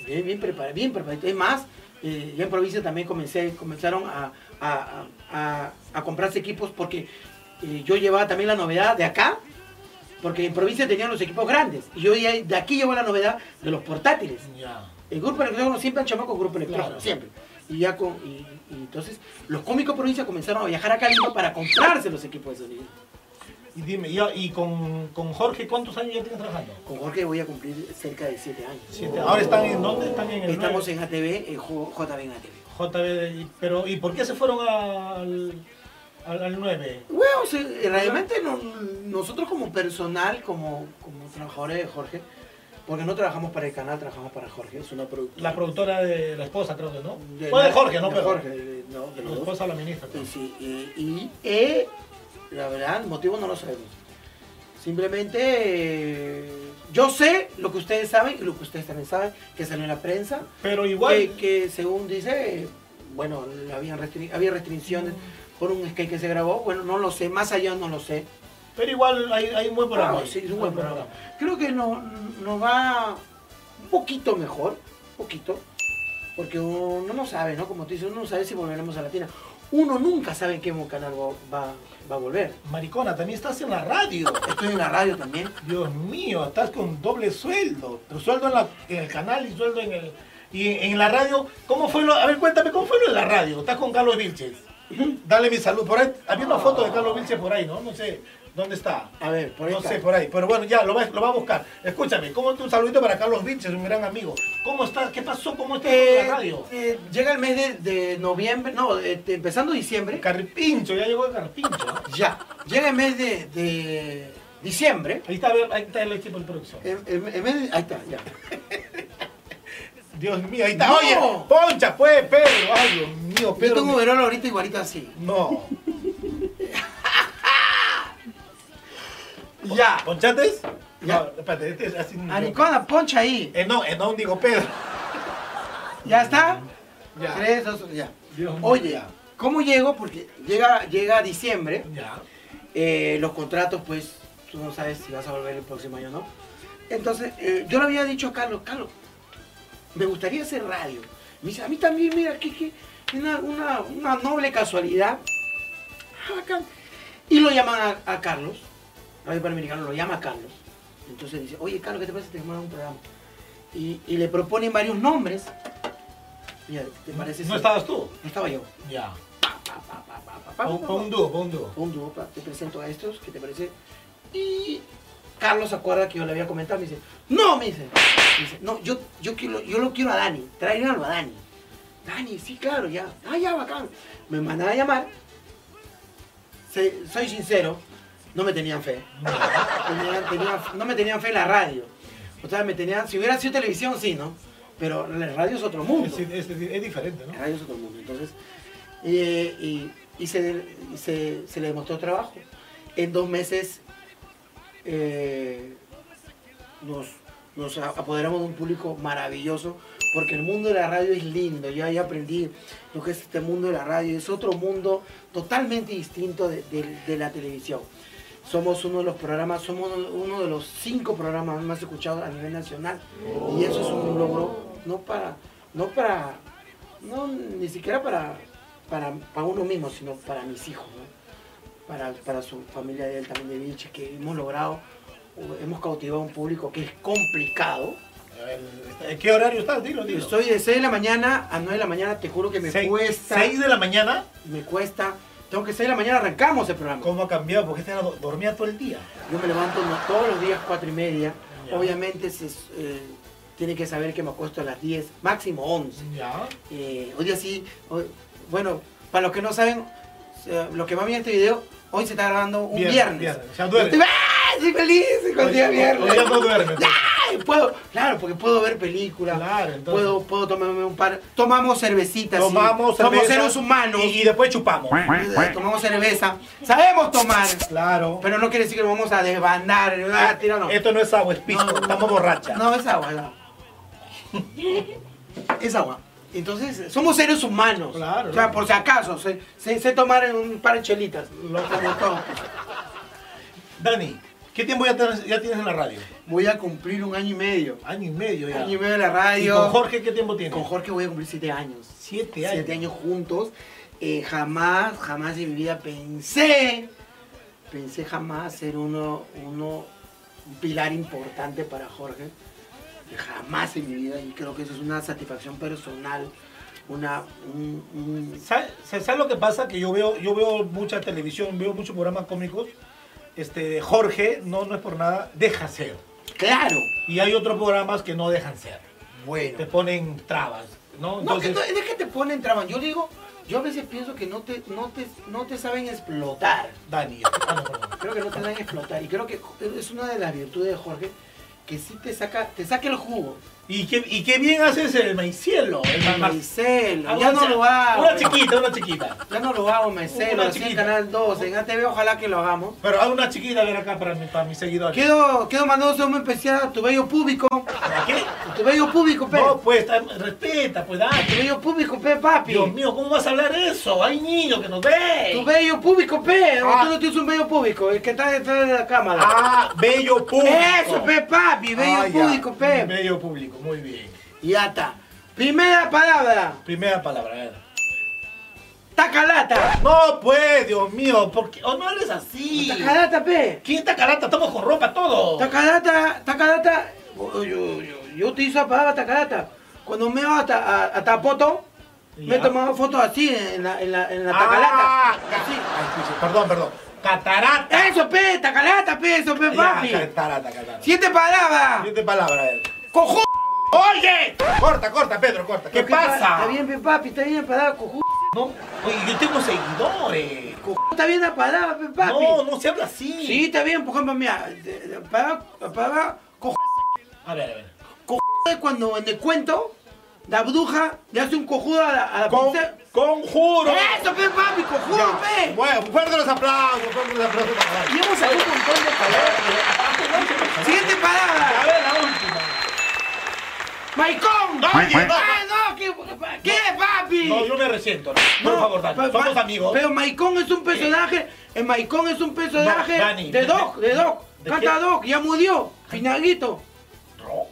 A: Bien, bien preparado, bien preparado. Es más, eh, ya en provincia también comencé, comenzaron a, a- a- a- a comprarse equipos porque eh, yo llevaba también la novedad de acá, porque en provincia tenían los equipos grandes. Y yo ya de aquí llevo la novedad de los portátiles.
B: Ya.
A: El grupo electrógeno siempre han chamado con grupo electrógeno,
B: Claro.
A: siempre. Y ya con, y, y entonces los cómicos provincia comenzaron a viajar acá a Lima para comprarse los equipos de sonido.
B: Y dime, y, y con, con Jorge, ¿cuántos años ya tienes trabajando?
A: Con Jorge voy a cumplir cerca de 7 años.
B: Siete. ¿Ahora están en dónde? Están en el
A: Uh. Estamos
B: nueve?
A: en ATV, en eh, J- JB en ATV.
B: JB. y- Pero, ¿y por qué se fueron al, al, 9?
A: Bueno, o sea, eh, realmente no- nosotros como personal, como, como trabajadores de Jorge, porque no trabajamos para el canal, trabajamos para Jorge, es una productora.
B: La productora de la esposa, creo que, ¿no?
A: de
B: Fue de
A: la-
B: Jorge, ¿no?
A: de
B: Pero-
A: Jorge, de- no, de
B: La
A: los dos.
B: esposa de la ministra. creo.
A: Y, sí, y- y- eh, la verdad, el motivo no lo sabemos. Simplemente eh, yo sé lo que ustedes saben y lo que ustedes también saben, que salió en la prensa,
B: Pero igual...
A: que, que según dice, eh, bueno, habían restri- había restricciones por un skate que se grabó, bueno, no lo sé, más allá no lo sé.
B: Pero igual hay, hay un buen programa.
A: Ah, sí, es un buen programa. Creo que no- nos va un poquito mejor, un poquito, porque uno no sabe, ¿no? Como tú dices, uno no sabe si volveremos a Latina. Uno nunca sabe en qué canal va, va- va a volver.
B: Maricona, también estás en la radio.
A: Estoy en la radio también.
B: Dios mío, estás con doble sueldo. Tu sueldo en, la- en el canal y sueldo en el. Y en la radio, ¿cómo fue lo.? A ver, cuéntame, ¿cómo fue lo de la radio? Estás con Carlos Vilches. Dale mi salud. Por ahí, había una foto de Carlos Vilches por ahí, ¿no? No sé dónde está.
A: A ver, por ahí
B: No
A: está.
B: sé, por ahí. Pero bueno, ya, lo va, lo va a buscar. Escúchame, ¿cómo un saludito para Carlos Vilches, un gran amigo? ¿Cómo estás? ¿Qué pasó? ¿Cómo estás
A: Eh,
B: con la radio?
A: eh, llega el mes de, de noviembre, no, este, empezando diciembre.
B: Carpincho, ya llegó el Carpincho. ¿no?
A: Ya, llega el mes de, de diciembre.
B: Ahí está, a ver, ahí está el equipo de producción.
A: El, el- el mes de- ahí está, ya.
B: Dios mío, ahí está.
A: No.
B: Oye, poncha, pues, Pedro. Ay, Dios mío,
A: Yo
B: Pedro.
A: tengo verón ahorita igualito así.
B: No. Oh,
A: Ya.
B: ¿Ponchates?
A: Ya. Ah,
B: No, espérate, este es así.
A: Anicoda, poncha ahí.
B: Eh, no, eh, no, digo Pedro.
A: ¿Ya está?
B: Ya.
A: Tres, dos, ya.
B: Dios mío.
A: Oye, ¿cómo llego? Porque llega, llega diciembre,
B: Ya.
A: eh, los contratos, pues, tú no sabes si vas a volver el próximo año o no. Entonces, eh, yo le había dicho a Carlos, Carlos, me gustaría hacer radio. Me dice, a mí también, mira, que, que una, una, una noble casualidad. Ah, bacán. Y lo llaman a, a Carlos, Radio Panamericano lo llama a Carlos. Entonces dice, oye, Carlos, ¿qué te parece si te llamamos a un programa? Y, y le proponen varios nombres. Mira, ¿te parece?
B: ¿No
A: si-
B: estabas tú?
A: no estaba yo.
B: Ya.
A: Pa, pa, pa, pa, pa, pa,
B: Pon,
A: pa,
B: pon un dúo, pon un dúo.
A: pa. Un dúo, pa, te presento a estos, ¿qué te parece? Y Carlos se acuerda que yo le había comentado, me dice, no, me dice, Me dice, no, yo, yo, quiero, yo lo quiero a Dani, tráiganlo a Dani. Dani, sí, claro, ya, ah, ya, bacán. Me mandan a llamar, Se- soy sincero, no me tenían fe. Tenían- tenían- no me tenían fe en la radio. O sea, me tenían, si hubiera sido televisión, sí, ¿no? Pero la radio es otro mundo.
B: Es, es- es- es diferente, ¿no?
A: La radio es otro mundo. Entonces, eh, y, y se, y se- se le demostró trabajo. En dos meses eh, nos, nos a- apoderamos de un público maravilloso, porque el mundo de la radio es lindo. Yo ahí aprendí lo que es este mundo de la radio. Es otro mundo totalmente distinto de, de- de la televisión. Somos uno de los programas, somos uno- uno de los cinco programas más escuchados a nivel nacional. Y eso es un logro, no para, no para, no ni siquiera para, para, para uno mismo, sino para mis hijos, ¿no? para, para su familia de él también de Vilches, que hemos logrado, o hemos cautivado a un público que es complicado.
B: A ver, está- ¿en qué horario estás? Dilo, dilo.
A: Estoy de 6 de la mañana a 9 de la mañana, te juro que me
B: Seis-
A: cuesta,
B: seis de la mañana.
A: me cuesta. Tengo que 6 de la mañana arrancamos el programa.
B: ¿Cómo ha cambiado? Porque este era do- dormía todo el día.
A: Yo me levanto no- todos los días cuatro y media.
B: Ya.
A: Obviamente se, eh, tiene que saber que me acuesto a las 10, máximo 11.
B: Ya.
A: Eh, hoy día sí, hoy- bueno, para los que no saben, eh, los que van a ver este video, hoy se está grabando un
B: Viernes,
A: viernes.
B: viernes. Ya duerme.
A: Estoy- ¡Ah! Soy feliz con el día
B: Hoy-
A: viernes.
B: hoy ya no duerme, entonces.
A: ¡Ay! Puedo, claro, porque puedo ver películas.
B: Claro, entonces.
A: Puedo, puedo tomarme un par. Tomamos cervecitas. sí.
B: Tomamos
A: Somos
B: cerveza
A: seres humanos.
B: Y, y después chupamos.
A: Eh, Tomamos cerveza. Sabemos tomar.
B: Claro.
A: Pero no quiere decir que nos vamos a desbandar. ah, tira, no.
B: Esto no es agua, es pisco. Estamos borrachas.
A: No, es agua, es agua. Es agua. Entonces, somos seres humanos.
B: Claro.
A: O sea, por si acaso, sé, sé- sé tomar un par de chelitas. Como todo.
B: Dani, ¿qué tiempo ya, tienes- ya tienes en la radio?
A: Voy a cumplir un año y medio.
B: Año y medio ya.
A: Año y medio de la
B: ¿Y
A: radio.
B: con Jorge qué tiempo tienes?
A: Con Jorge voy a cumplir siete años.
B: Siete años.
A: Siete años juntos. Eh, jamás, jamás en mi vida pensé, pensé jamás ser uno, uno, un pilar importante para Jorge. Jamás en mi vida. Y creo que eso es una satisfacción personal. Una, un- un-
B: ¿Sabes sabe lo que pasa? Que yo veo, yo veo mucha televisión, veo muchos programas cómicos. Este, Jorge, no, no es por nada, deja ser.
A: Claro.
B: Y hay otros programas que no dejan ser.
A: Bueno.
B: Te ponen trabas, ¿no?
A: No, que
B: Entonces,
A: no, es que te ponen trabas. Yo digo, yo a veces pienso que no te, no te, no te saben explotar.
B: Dani. ah, no, perdón.
A: creo que no te dan a explotar. Y creo que es una de las virtudes de Jorge que sí te saca, te saca el jugo.
B: ¿Y, qué, y qué bien haces el maicelo. El ma- ma-
A: Maicelo,
B: Ah,
A: ya
B: una
A: no
B: chi-
A: lo hago.
B: Una chiquita, una chiquita.
A: Ya no lo hago, Maicelo,
B: Una
A: así en
B: chiquita.
A: Canal 12, en ATV, ojalá que lo hagamos.
B: Pero haz una chiquita a ver acá para, mi- para mis seguidores.
A: Quiero, quiero mandar un saludo especial a tu bello público.
B: ¿Para qué?
A: A tu bello público, pe.
B: No, pues, tam- respeta, pues, Dani.
A: Tu bello público, pe, papi.
B: Dios mío, ¿cómo vas a hablar eso? Hay niños que nos ven.
A: Tu bello público, pe.
B: Ah.
A: Tú no tienes un bello público, el que está detrás de la cámara.
B: Ah, bello público.
A: Eso, pe, papi, bello
B: Ah, ya.
A: público, pe.
B: Bello público, muy bien.
A: Y ya está. Primera palabra,
B: Primera palabra, a ver.
A: tacalata.
B: No, pues, Dios mío, porque o no eres así.
A: Tacalata, pe.
B: ¿Quién está calata? Estamos con ropa todo.
A: Tacadata, tacadata, yo, yo, yo utilizo la palabra tacadata. Cuando me voy a, ta- a- a Tapoto, me he
B: Ya.
A: tomado fotos así en la, en la, en la
B: Ah,
A: tacalata.
B: ca-
A: Así.
B: Ay, escuche, Perdón, perdón. Catarata.
A: Eso, pe, tacalata, pe, eso, pe, papi.
B: Ya, catarata, catarata.
A: Siete palabras.
B: Siguiente palabra, a ver.
A: Cojú.
B: ¡Oye! Corta, corta, Pedro, corta. ¿Qué
A: Lo que
B: pasa?
A: Está bien, pe, papi, está bien la palabra, cojú.
B: No, oye, yo tengo seguidores.
A: Cojú, Está bien la palabra, pe, papi.
B: No, no se habla así.
A: Ah, Sí, está bien, por ejemplo, mira, de- de- palabra, palabra cojú.
B: A ver, a ver.
A: Cojú es cuando en el cuento la bruja le hace un cojudo a la, a la
B: Con,
A: princesa.
B: conjuro.
A: ¡Eso, pe, papi! ¡Cojudo, pe!
B: Bueno, fuerte los aplausos, fuerte los aplausos para Gaby.
A: Y hemos salido un montón de palabras. Siguiente
B: A
A: palabra.
B: ver, la última.
A: ¡Maicón!
B: Oye, no,
A: ¡Ah, no! ¿Qué, qué papi?
B: no, yo me resiento. No, por favor, Dani,
A: pero-
B: somos
A: pero-
B: amigos.
A: Pero Maicón es un personaje. El Maicón es un personaje
B: No, Dani,
A: de
B: me-
A: Doc, de Doc.
B: ¿De
A: Canta
B: qué?
A: Doc, ya murió. Finalito.
B: No.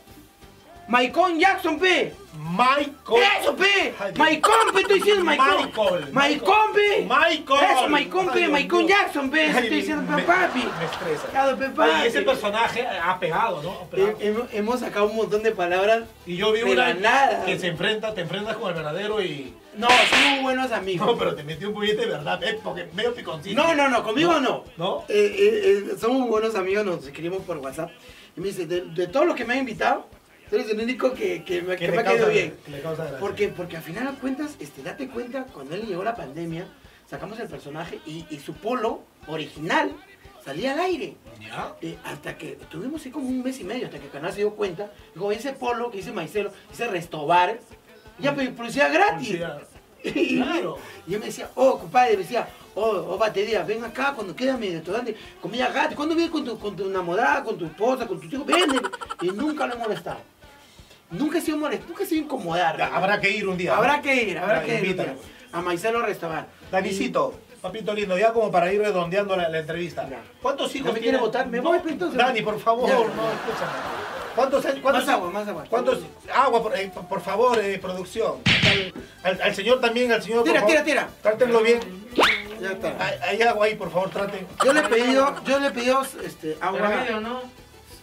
A: Maicón Jackson, pe.
B: Michael.
A: Eso, pe.
B: Ay, Dios.
A: Maicón, pe, estoy diciendo Maicón.
B: Michael,
A: Maicón, pe.
B: Michael.
A: Eso, Maicón,
B: Ay,
A: pe.
B: Dios
A: Maicón
B: mío.
A: Jackson, pe. Eso
B: Ay,
A: estoy diciendo,
B: me-
A: pe, papi.
B: me estresa.
A: Claro, pe,
B: Ay, ese
A: papi.
B: personaje ha pegado, ¿no? Ha
A: Hem-
B: pegado.
A: hem- Hemos sacado un montón de palabras.
B: Y yo vi
A: de
B: una
A: la nada.
B: que se enfrenta, te enfrentas con el verdadero y.
A: No, somos buenos amigos.
B: No, pero te metí un puñete de verdad, eh, porque medio piconcito.
A: No, no, no, conmigo no.
B: ¿No?
A: Eh, eh, eh, somos buenos amigos, nos escribimos por WhatsApp. Y me dice, de, de todos los que me han invitado, tú eres el único que, que me,
B: Que
A: que
B: le
A: me ha
B: causa-
A: quedado bien.
B: que le causa gracia.
A: porque, porque al final de cuentas, este, date cuenta, cuando él llegó la pandemia, sacamos el personaje y, y su polo original salía al aire.
B: ¿Ya?
A: Eh, hasta que estuvimos ahí como un mes y medio, hasta que Canal se dio cuenta, dijo, ese polo que hice Maicelo, hice Restobar, ya pero publicidad gratis.
B: Publicidad.
A: Y-
B: Claro.
A: Y yo me decía, oh, compadre, me decía, oh, oh, batería, ven acá cuando queda mi restaurante, comida gratis, cuando vienes con tu, con tu enamorada, con tu esposa, con tus hijos, ven, y nunca lo he molestado. Nunca he sido molesto, nunca he sido incomodar.
B: Ya, Habrá que ir un día.
A: Habrá que ir, habrá
B: Ya,
A: que ir.
B: invítalo.
A: mira, A Maicelo Restobar.
B: Danicito, papito lindo, ya como para ir redondeando la, la entrevista.
A: Ya.
B: ¿Cuántos hijos
A: ¿No me quiere
B: tiene?
A: votar? Me
B: No,
A: voy, pues, entonces.
B: Dani, por favor,
A: Ya.
B: no, escúchame. ¿Cuántos, años- cuántos-
A: Más agua, más agua.
B: ¿Cuántos? Agua, por, eh, por favor, eh, producción. Al, al señor también, al señor. por
A: Tira,
B: favor,
A: tira, tira.
B: Trátenlo bien.
A: Ya está.
B: Hay, hay agua ahí, por favor, traten.
A: Yo le he pedido, yo le he pedido este, agua.
J: Hervido, ¿no?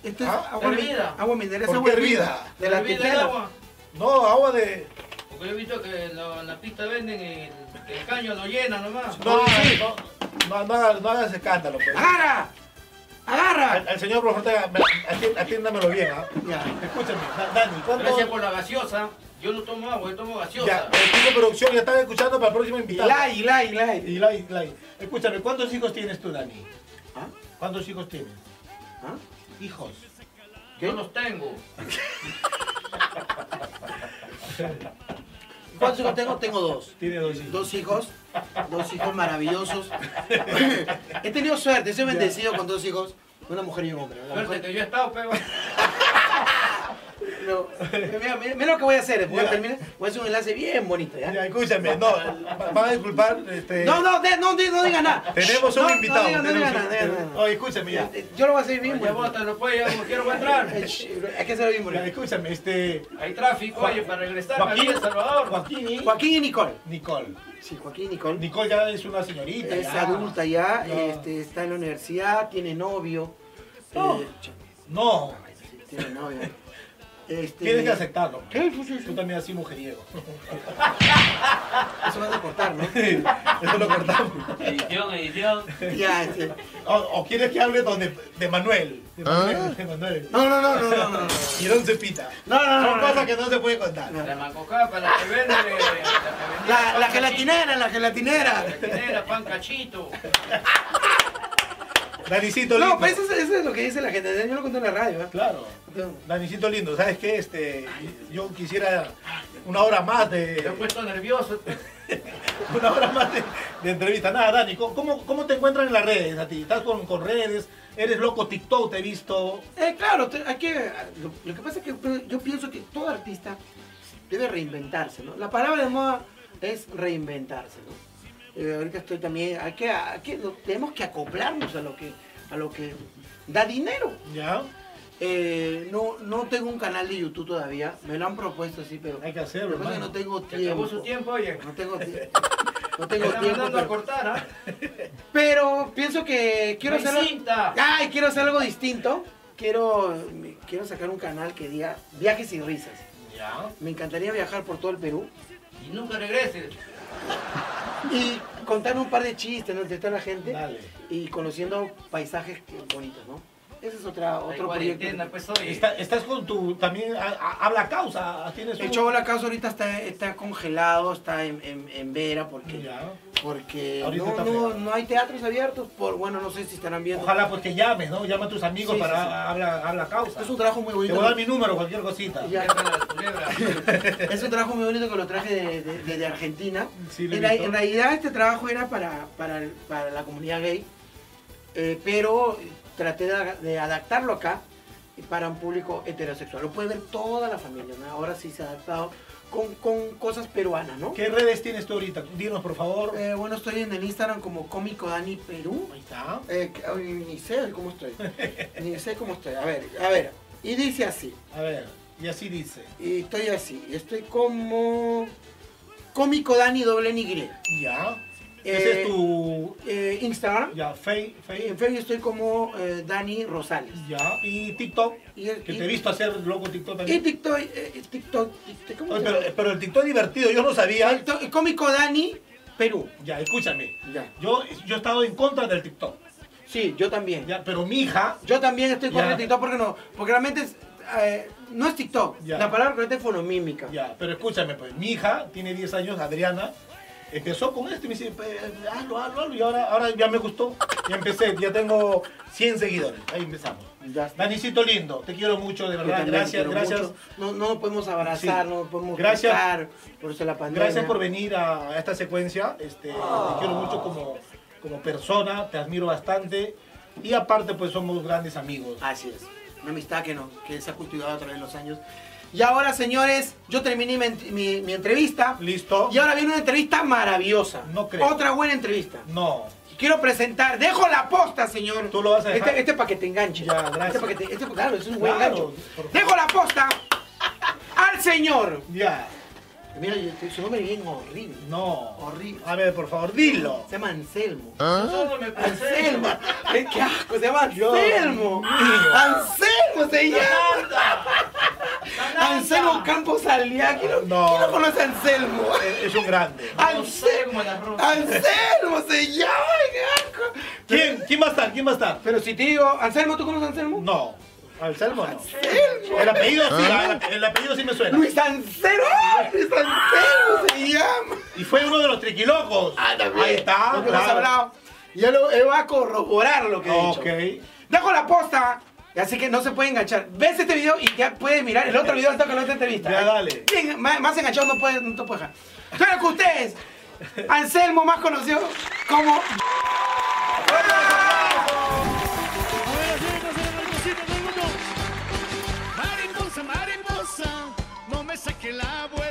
A: Esto es
B: ¿Ah?
A: agua, mi-
J: Hervida.
A: agua mineral, es
B: ¿Por
A: agua
B: qué hervida?
A: De la
J: Hervido el
A: tetera.
J: agua.
B: No, agua de.
J: Porque yo he visto que lo- en la pista venden el, el caño lo llena nomás.
B: No,
A: Sí.
B: no, no, no hagas, no hagas escándalo. pues.
A: ¡Agarra!
B: Al,
A: ¡Agarra!
B: al señor, por favor, tenga- me- atien- atiéndamelo bien. ¿ah?
A: Ya.
B: Escúchame, Da- Dani, ¿cuántos?
J: Gracias por la gaseosa. Yo no tomo agua, yo tomo
B: Ya,
J: gaseosa.
B: el equipo de producción ya están escuchando para el próximo invitado.
A: Ilay, ilay, ilay.
B: Y Lai, Lai, escúchame, ¿cuántos hijos tienes tú, Dani?
A: ¿Ah?
B: ¿Cuántos hijos tienes?
A: ¿Ah?
B: Hijos.
J: Yo los tengo.
A: ¿Cuántos hijos tengo? Tengo dos.
B: Tiene dos hijos.
A: Dos hijos, dos hijos maravillosos. He tenido suerte, soy bendecido con dos hijos, una mujer y un hombre. La
J: Suerte
A: mujer-
J: que yo he estado, pego.
A: no, mira, mira- mira lo que voy a hacer, voy a
B: Ya.
A: terminar, voy a hacer un enlace bien bonito, ¿ya?
B: Ya, escúchame, no, va- van a disculpar. Este,
A: No, no, de- no, de- no digas nada.
B: Tenemos un
A: No,
B: invitado.
A: No digas no
B: tenemos
A: digas nada,
B: un-
A: no digas nada.
B: Oye, escúchame ya.
A: Eh, Yo lo voy a hacer bien
J: Ya
A: bonito.
J: bota, no puedo, ya no quiero entrar.
A: Eh, sh- Hay que hacerlo bien
B: Ya,
A: bonito.
B: escúchame, este.
J: Hay tráfico, oye, para regresar a
B: Joaquín,
J: El Salvador.
B: Joaquín y
A: Joaquín y Nicole.
B: Nicole.
A: Sí, Joaquín y Nicole.
B: Nicole ya es una señorita.
A: Es
B: ya.
A: adulta ya,
B: Ya.
A: este, está en la universidad, tiene novio.
B: No.
A: Eh, ch-
B: No,
A: sí, tiene novio. Este,
B: tienes que aceptarlo.
A: Sí, sí, sí, sí.
B: Tú también así mujeriego.
A: Eso vas a cortar, ¿no?
B: Eso lo cortamos.
J: Edición, edición.
A: ya, este,
B: O, o quieres que hable donde, de Manuel. De Manuel. De Manuel.
A: ¿Ah? No, no, no, no, no, no.
B: Y don Cepita.
A: No, no, no,
B: Son
A: no,
B: cosas
A: no.
B: que no se puede contar.
J: La mancocá para que vende. La, que vende
A: La, la
J: pan cachito,
A: gelatinera, la gelatinera.
J: La gelatinera, pan cachito.
B: Danicito lindo.
A: No, pues eso, es- eso es lo que dice la gente. Yo lo conté en la radio. ¿eh?
B: Claro. Danicito lindo, ¿sabes qué? Este, yo quisiera una hora más
J: Me he
B: de
J: puesto nervioso.
B: una hora más de, de entrevista. Nada, Dani, ¿cómo- ¿cómo, ¿cómo te encuentran en las redes a ti? ¿Estás con, con redes? ¿Eres loco TikTok? Te he visto.
A: Eh, claro, te- hay que. Lo, lo que pasa es que pe- yo pienso que todo artista debe reinventarse, ¿no? La palabra de moda es reinventarse, ¿no? Eh, ahorita estoy también. Hay que, hay que- lo- tenemos que acoplarnos a lo que, a lo que da dinero.
B: ¿Ya?
A: Eh, no, no tengo un canal de YouTube todavía. Me lo han propuesto así, pero.
B: Hay que hacerlo,
A: Lo que pasa es que
B: hermano.
A: no tengo
J: Se
A: tiempo.
J: acabó su tiempo, oye.
A: No tengo tiempo. No tengo
J: Me están
A: tiempo.
J: mandando a
A: pero-
J: cortar, ¿ah?
A: Pero pienso que quiero
J: No hay
A: hacer algo-
J: cinta.
A: Ay, quiero hacer algo distinto. Quiero me- quiero sacar un canal que diga viajes y risas.
B: Ya.
A: Me encantaría viajar por todo el Perú
J: Y nunca regreses.
A: y contar un par de chistes, ¿no? entrevistar a la gente
B: Dale.
A: y conociendo paisajes que- bonitos, ¿no?
K: Ese es otra,
J: Hay
K: otro
J: cuarentena,
K: proyecto.
J: pues, oye.
B: Está- estás con tu. También a- a- habla causa. Tienes
A: El
B: un-
A: chavo La Causa ahorita está, está congelado, está en, en- en vera porque, porque
B: Ahorita
A: no,
B: está
A: no,
B: fregado.
A: no hay teatros abiertos. Por, bueno, no sé si estarán viendo.
B: Ojalá pues te llames, ¿no? Llama a tus amigos
A: Sí,
B: para
A: sí, sí.
B: Habla, habla causa.
A: Es un trabajo muy bonito.
B: Te voy a dar mi número, cualquier cosita.
A: Ya. es un trabajo muy bonito que lo traje de, de- de- de Argentina.
B: lo he
A: en, ra-
B: visto.
A: en realidad este trabajo era para, para, el- para la comunidad gay, eh, pero traté de, aga- de adaptarlo acá para un público heterosexual. Lo puede ver toda la familia, ¿no? ahora sí se ha adaptado con, con cosas peruanas, ¿no?
B: ¿Qué redes tienes tú ahorita? Dinos, por favor.
A: Eh, bueno, estoy en el Instagram como cómico Dani Perú.
B: Ahí está.
A: Eh, que- ay, ni sé cómo estoy. ni sé cómo estoy. A ver, a ver. Y dice así.
B: A ver, y así dice.
A: Y estoy así, estoy como cómico Dani doble Y.
B: Ya.
A: Eh,
B: Ese es tu.
A: eh, Instagram.
B: Ya, Face.
A: En Facebook estoy como eh, Dani Rosales.
B: Ya. Y TikTok.
A: Y, el-
B: Que
A: y-
B: te he visto hacer loco TikTok
A: y
B: también.
A: TikTok, eh, TikTok, TikTok, ¿cómo
B: Oye,
A: se
B: pero, eh,
A: llama?
B: pero el TikTok es divertido, yo no sabía.
A: TikTok- cómico Dani Perú.
B: Ya, escúchame.
A: Ya.
B: Yo, yo he estado en contra del TikTok.
A: Sí, yo también.
B: Ya, pero mi hija.
A: Yo también estoy con
B: Ya.
A: el TikTok porque no, porque realmente es, eh, no es TikTok.
B: Ya.
A: La palabra correcta es fonomímica.
B: Ya, pero escúchame, pues mi hija tiene 10 años, Adriana. Empezó con esto y me dice, pues, hazlo, hazlo, hazlo. Y ahora, ahora ya me gustó. Ya empecé, ya tengo 100 seguidores. Ahí empezamos.
A: Ya está.
B: Danicito lindo, te quiero mucho, de
A: Yo
B: verdad.
A: también,
B: Gracias,
A: pero
B: gracias.
A: mucho. No, no nos podemos abrazar,
B: Sí.
A: no nos podemos
B: Gracias.
A: besar por ser la pandemia.
B: Gracias por venir a, a esta secuencia. Este, Te quiero mucho como, como persona, te admiro bastante. Y aparte, pues somos grandes amigos.
A: Así es. Una amistad que, no, que se ha cultivado a través de los años. Y ahora, señores, yo terminé mi, mi- mi entrevista.
B: Listo.
A: Y ahora viene una entrevista maravillosa.
B: No creo.
A: Otra buena entrevista.
B: No.
A: Quiero presentar, dejo la posta, señor.
B: Tú lo vas a dejar.
A: Este, este para que te enganche.
B: Ya, gracias.
A: Este para que te, este, claro, es un buen
B: Claro,
A: gancho.
B: por favor.
A: Dejo la posta al señor.
B: Ya.
A: Mira, su nombre es bien horrible.
B: No.
A: Horrible.
B: A ver, por favor, dilo.
A: Se llama Anselmo.
J: Solo me pensé.
A: Anselmo. Eh, ¡Qué asco! Se llama Anselmo. Anselmo se llama. Anselmo Campos Aliá. ¿Quién, lo-
B: No.
A: quién lo conoce a Anselmo?
B: Es es un grande.
A: Anselmo. Anselmo se llama. ¡Qué asco!
B: ¿Quién? ¿Quién va a estar? ¿Quién va a estar?
A: Pero si te digo, Anselmo, ¿tú conoces a Anselmo?
B: No. Anselmo no. El apellido sí, el- el apellido sí me suena.
A: Luis Anselmo. ¡Ay, Luis
B: Ah,
A: Anselmo se llama.
B: Y fue uno de los triquilocos. Ahí está.
A: Ah, Lo que hemos
B: Ah, claro.
A: hablado. Y él, lo- él va a corroborar lo que he dicho.
B: Ok.
A: Dejo la posta. Así que no se puede enganchar. Ves este video y ya puedes mirar el otro video hasta con la otra entrevista.
B: Ya, dale.
A: Bien, más, más enganchado no puedes, no te puedes dejar. Claro que ustedes, Anselmo, más conocido como.
D: Mariposa, mariposa, no me saque la vuelta.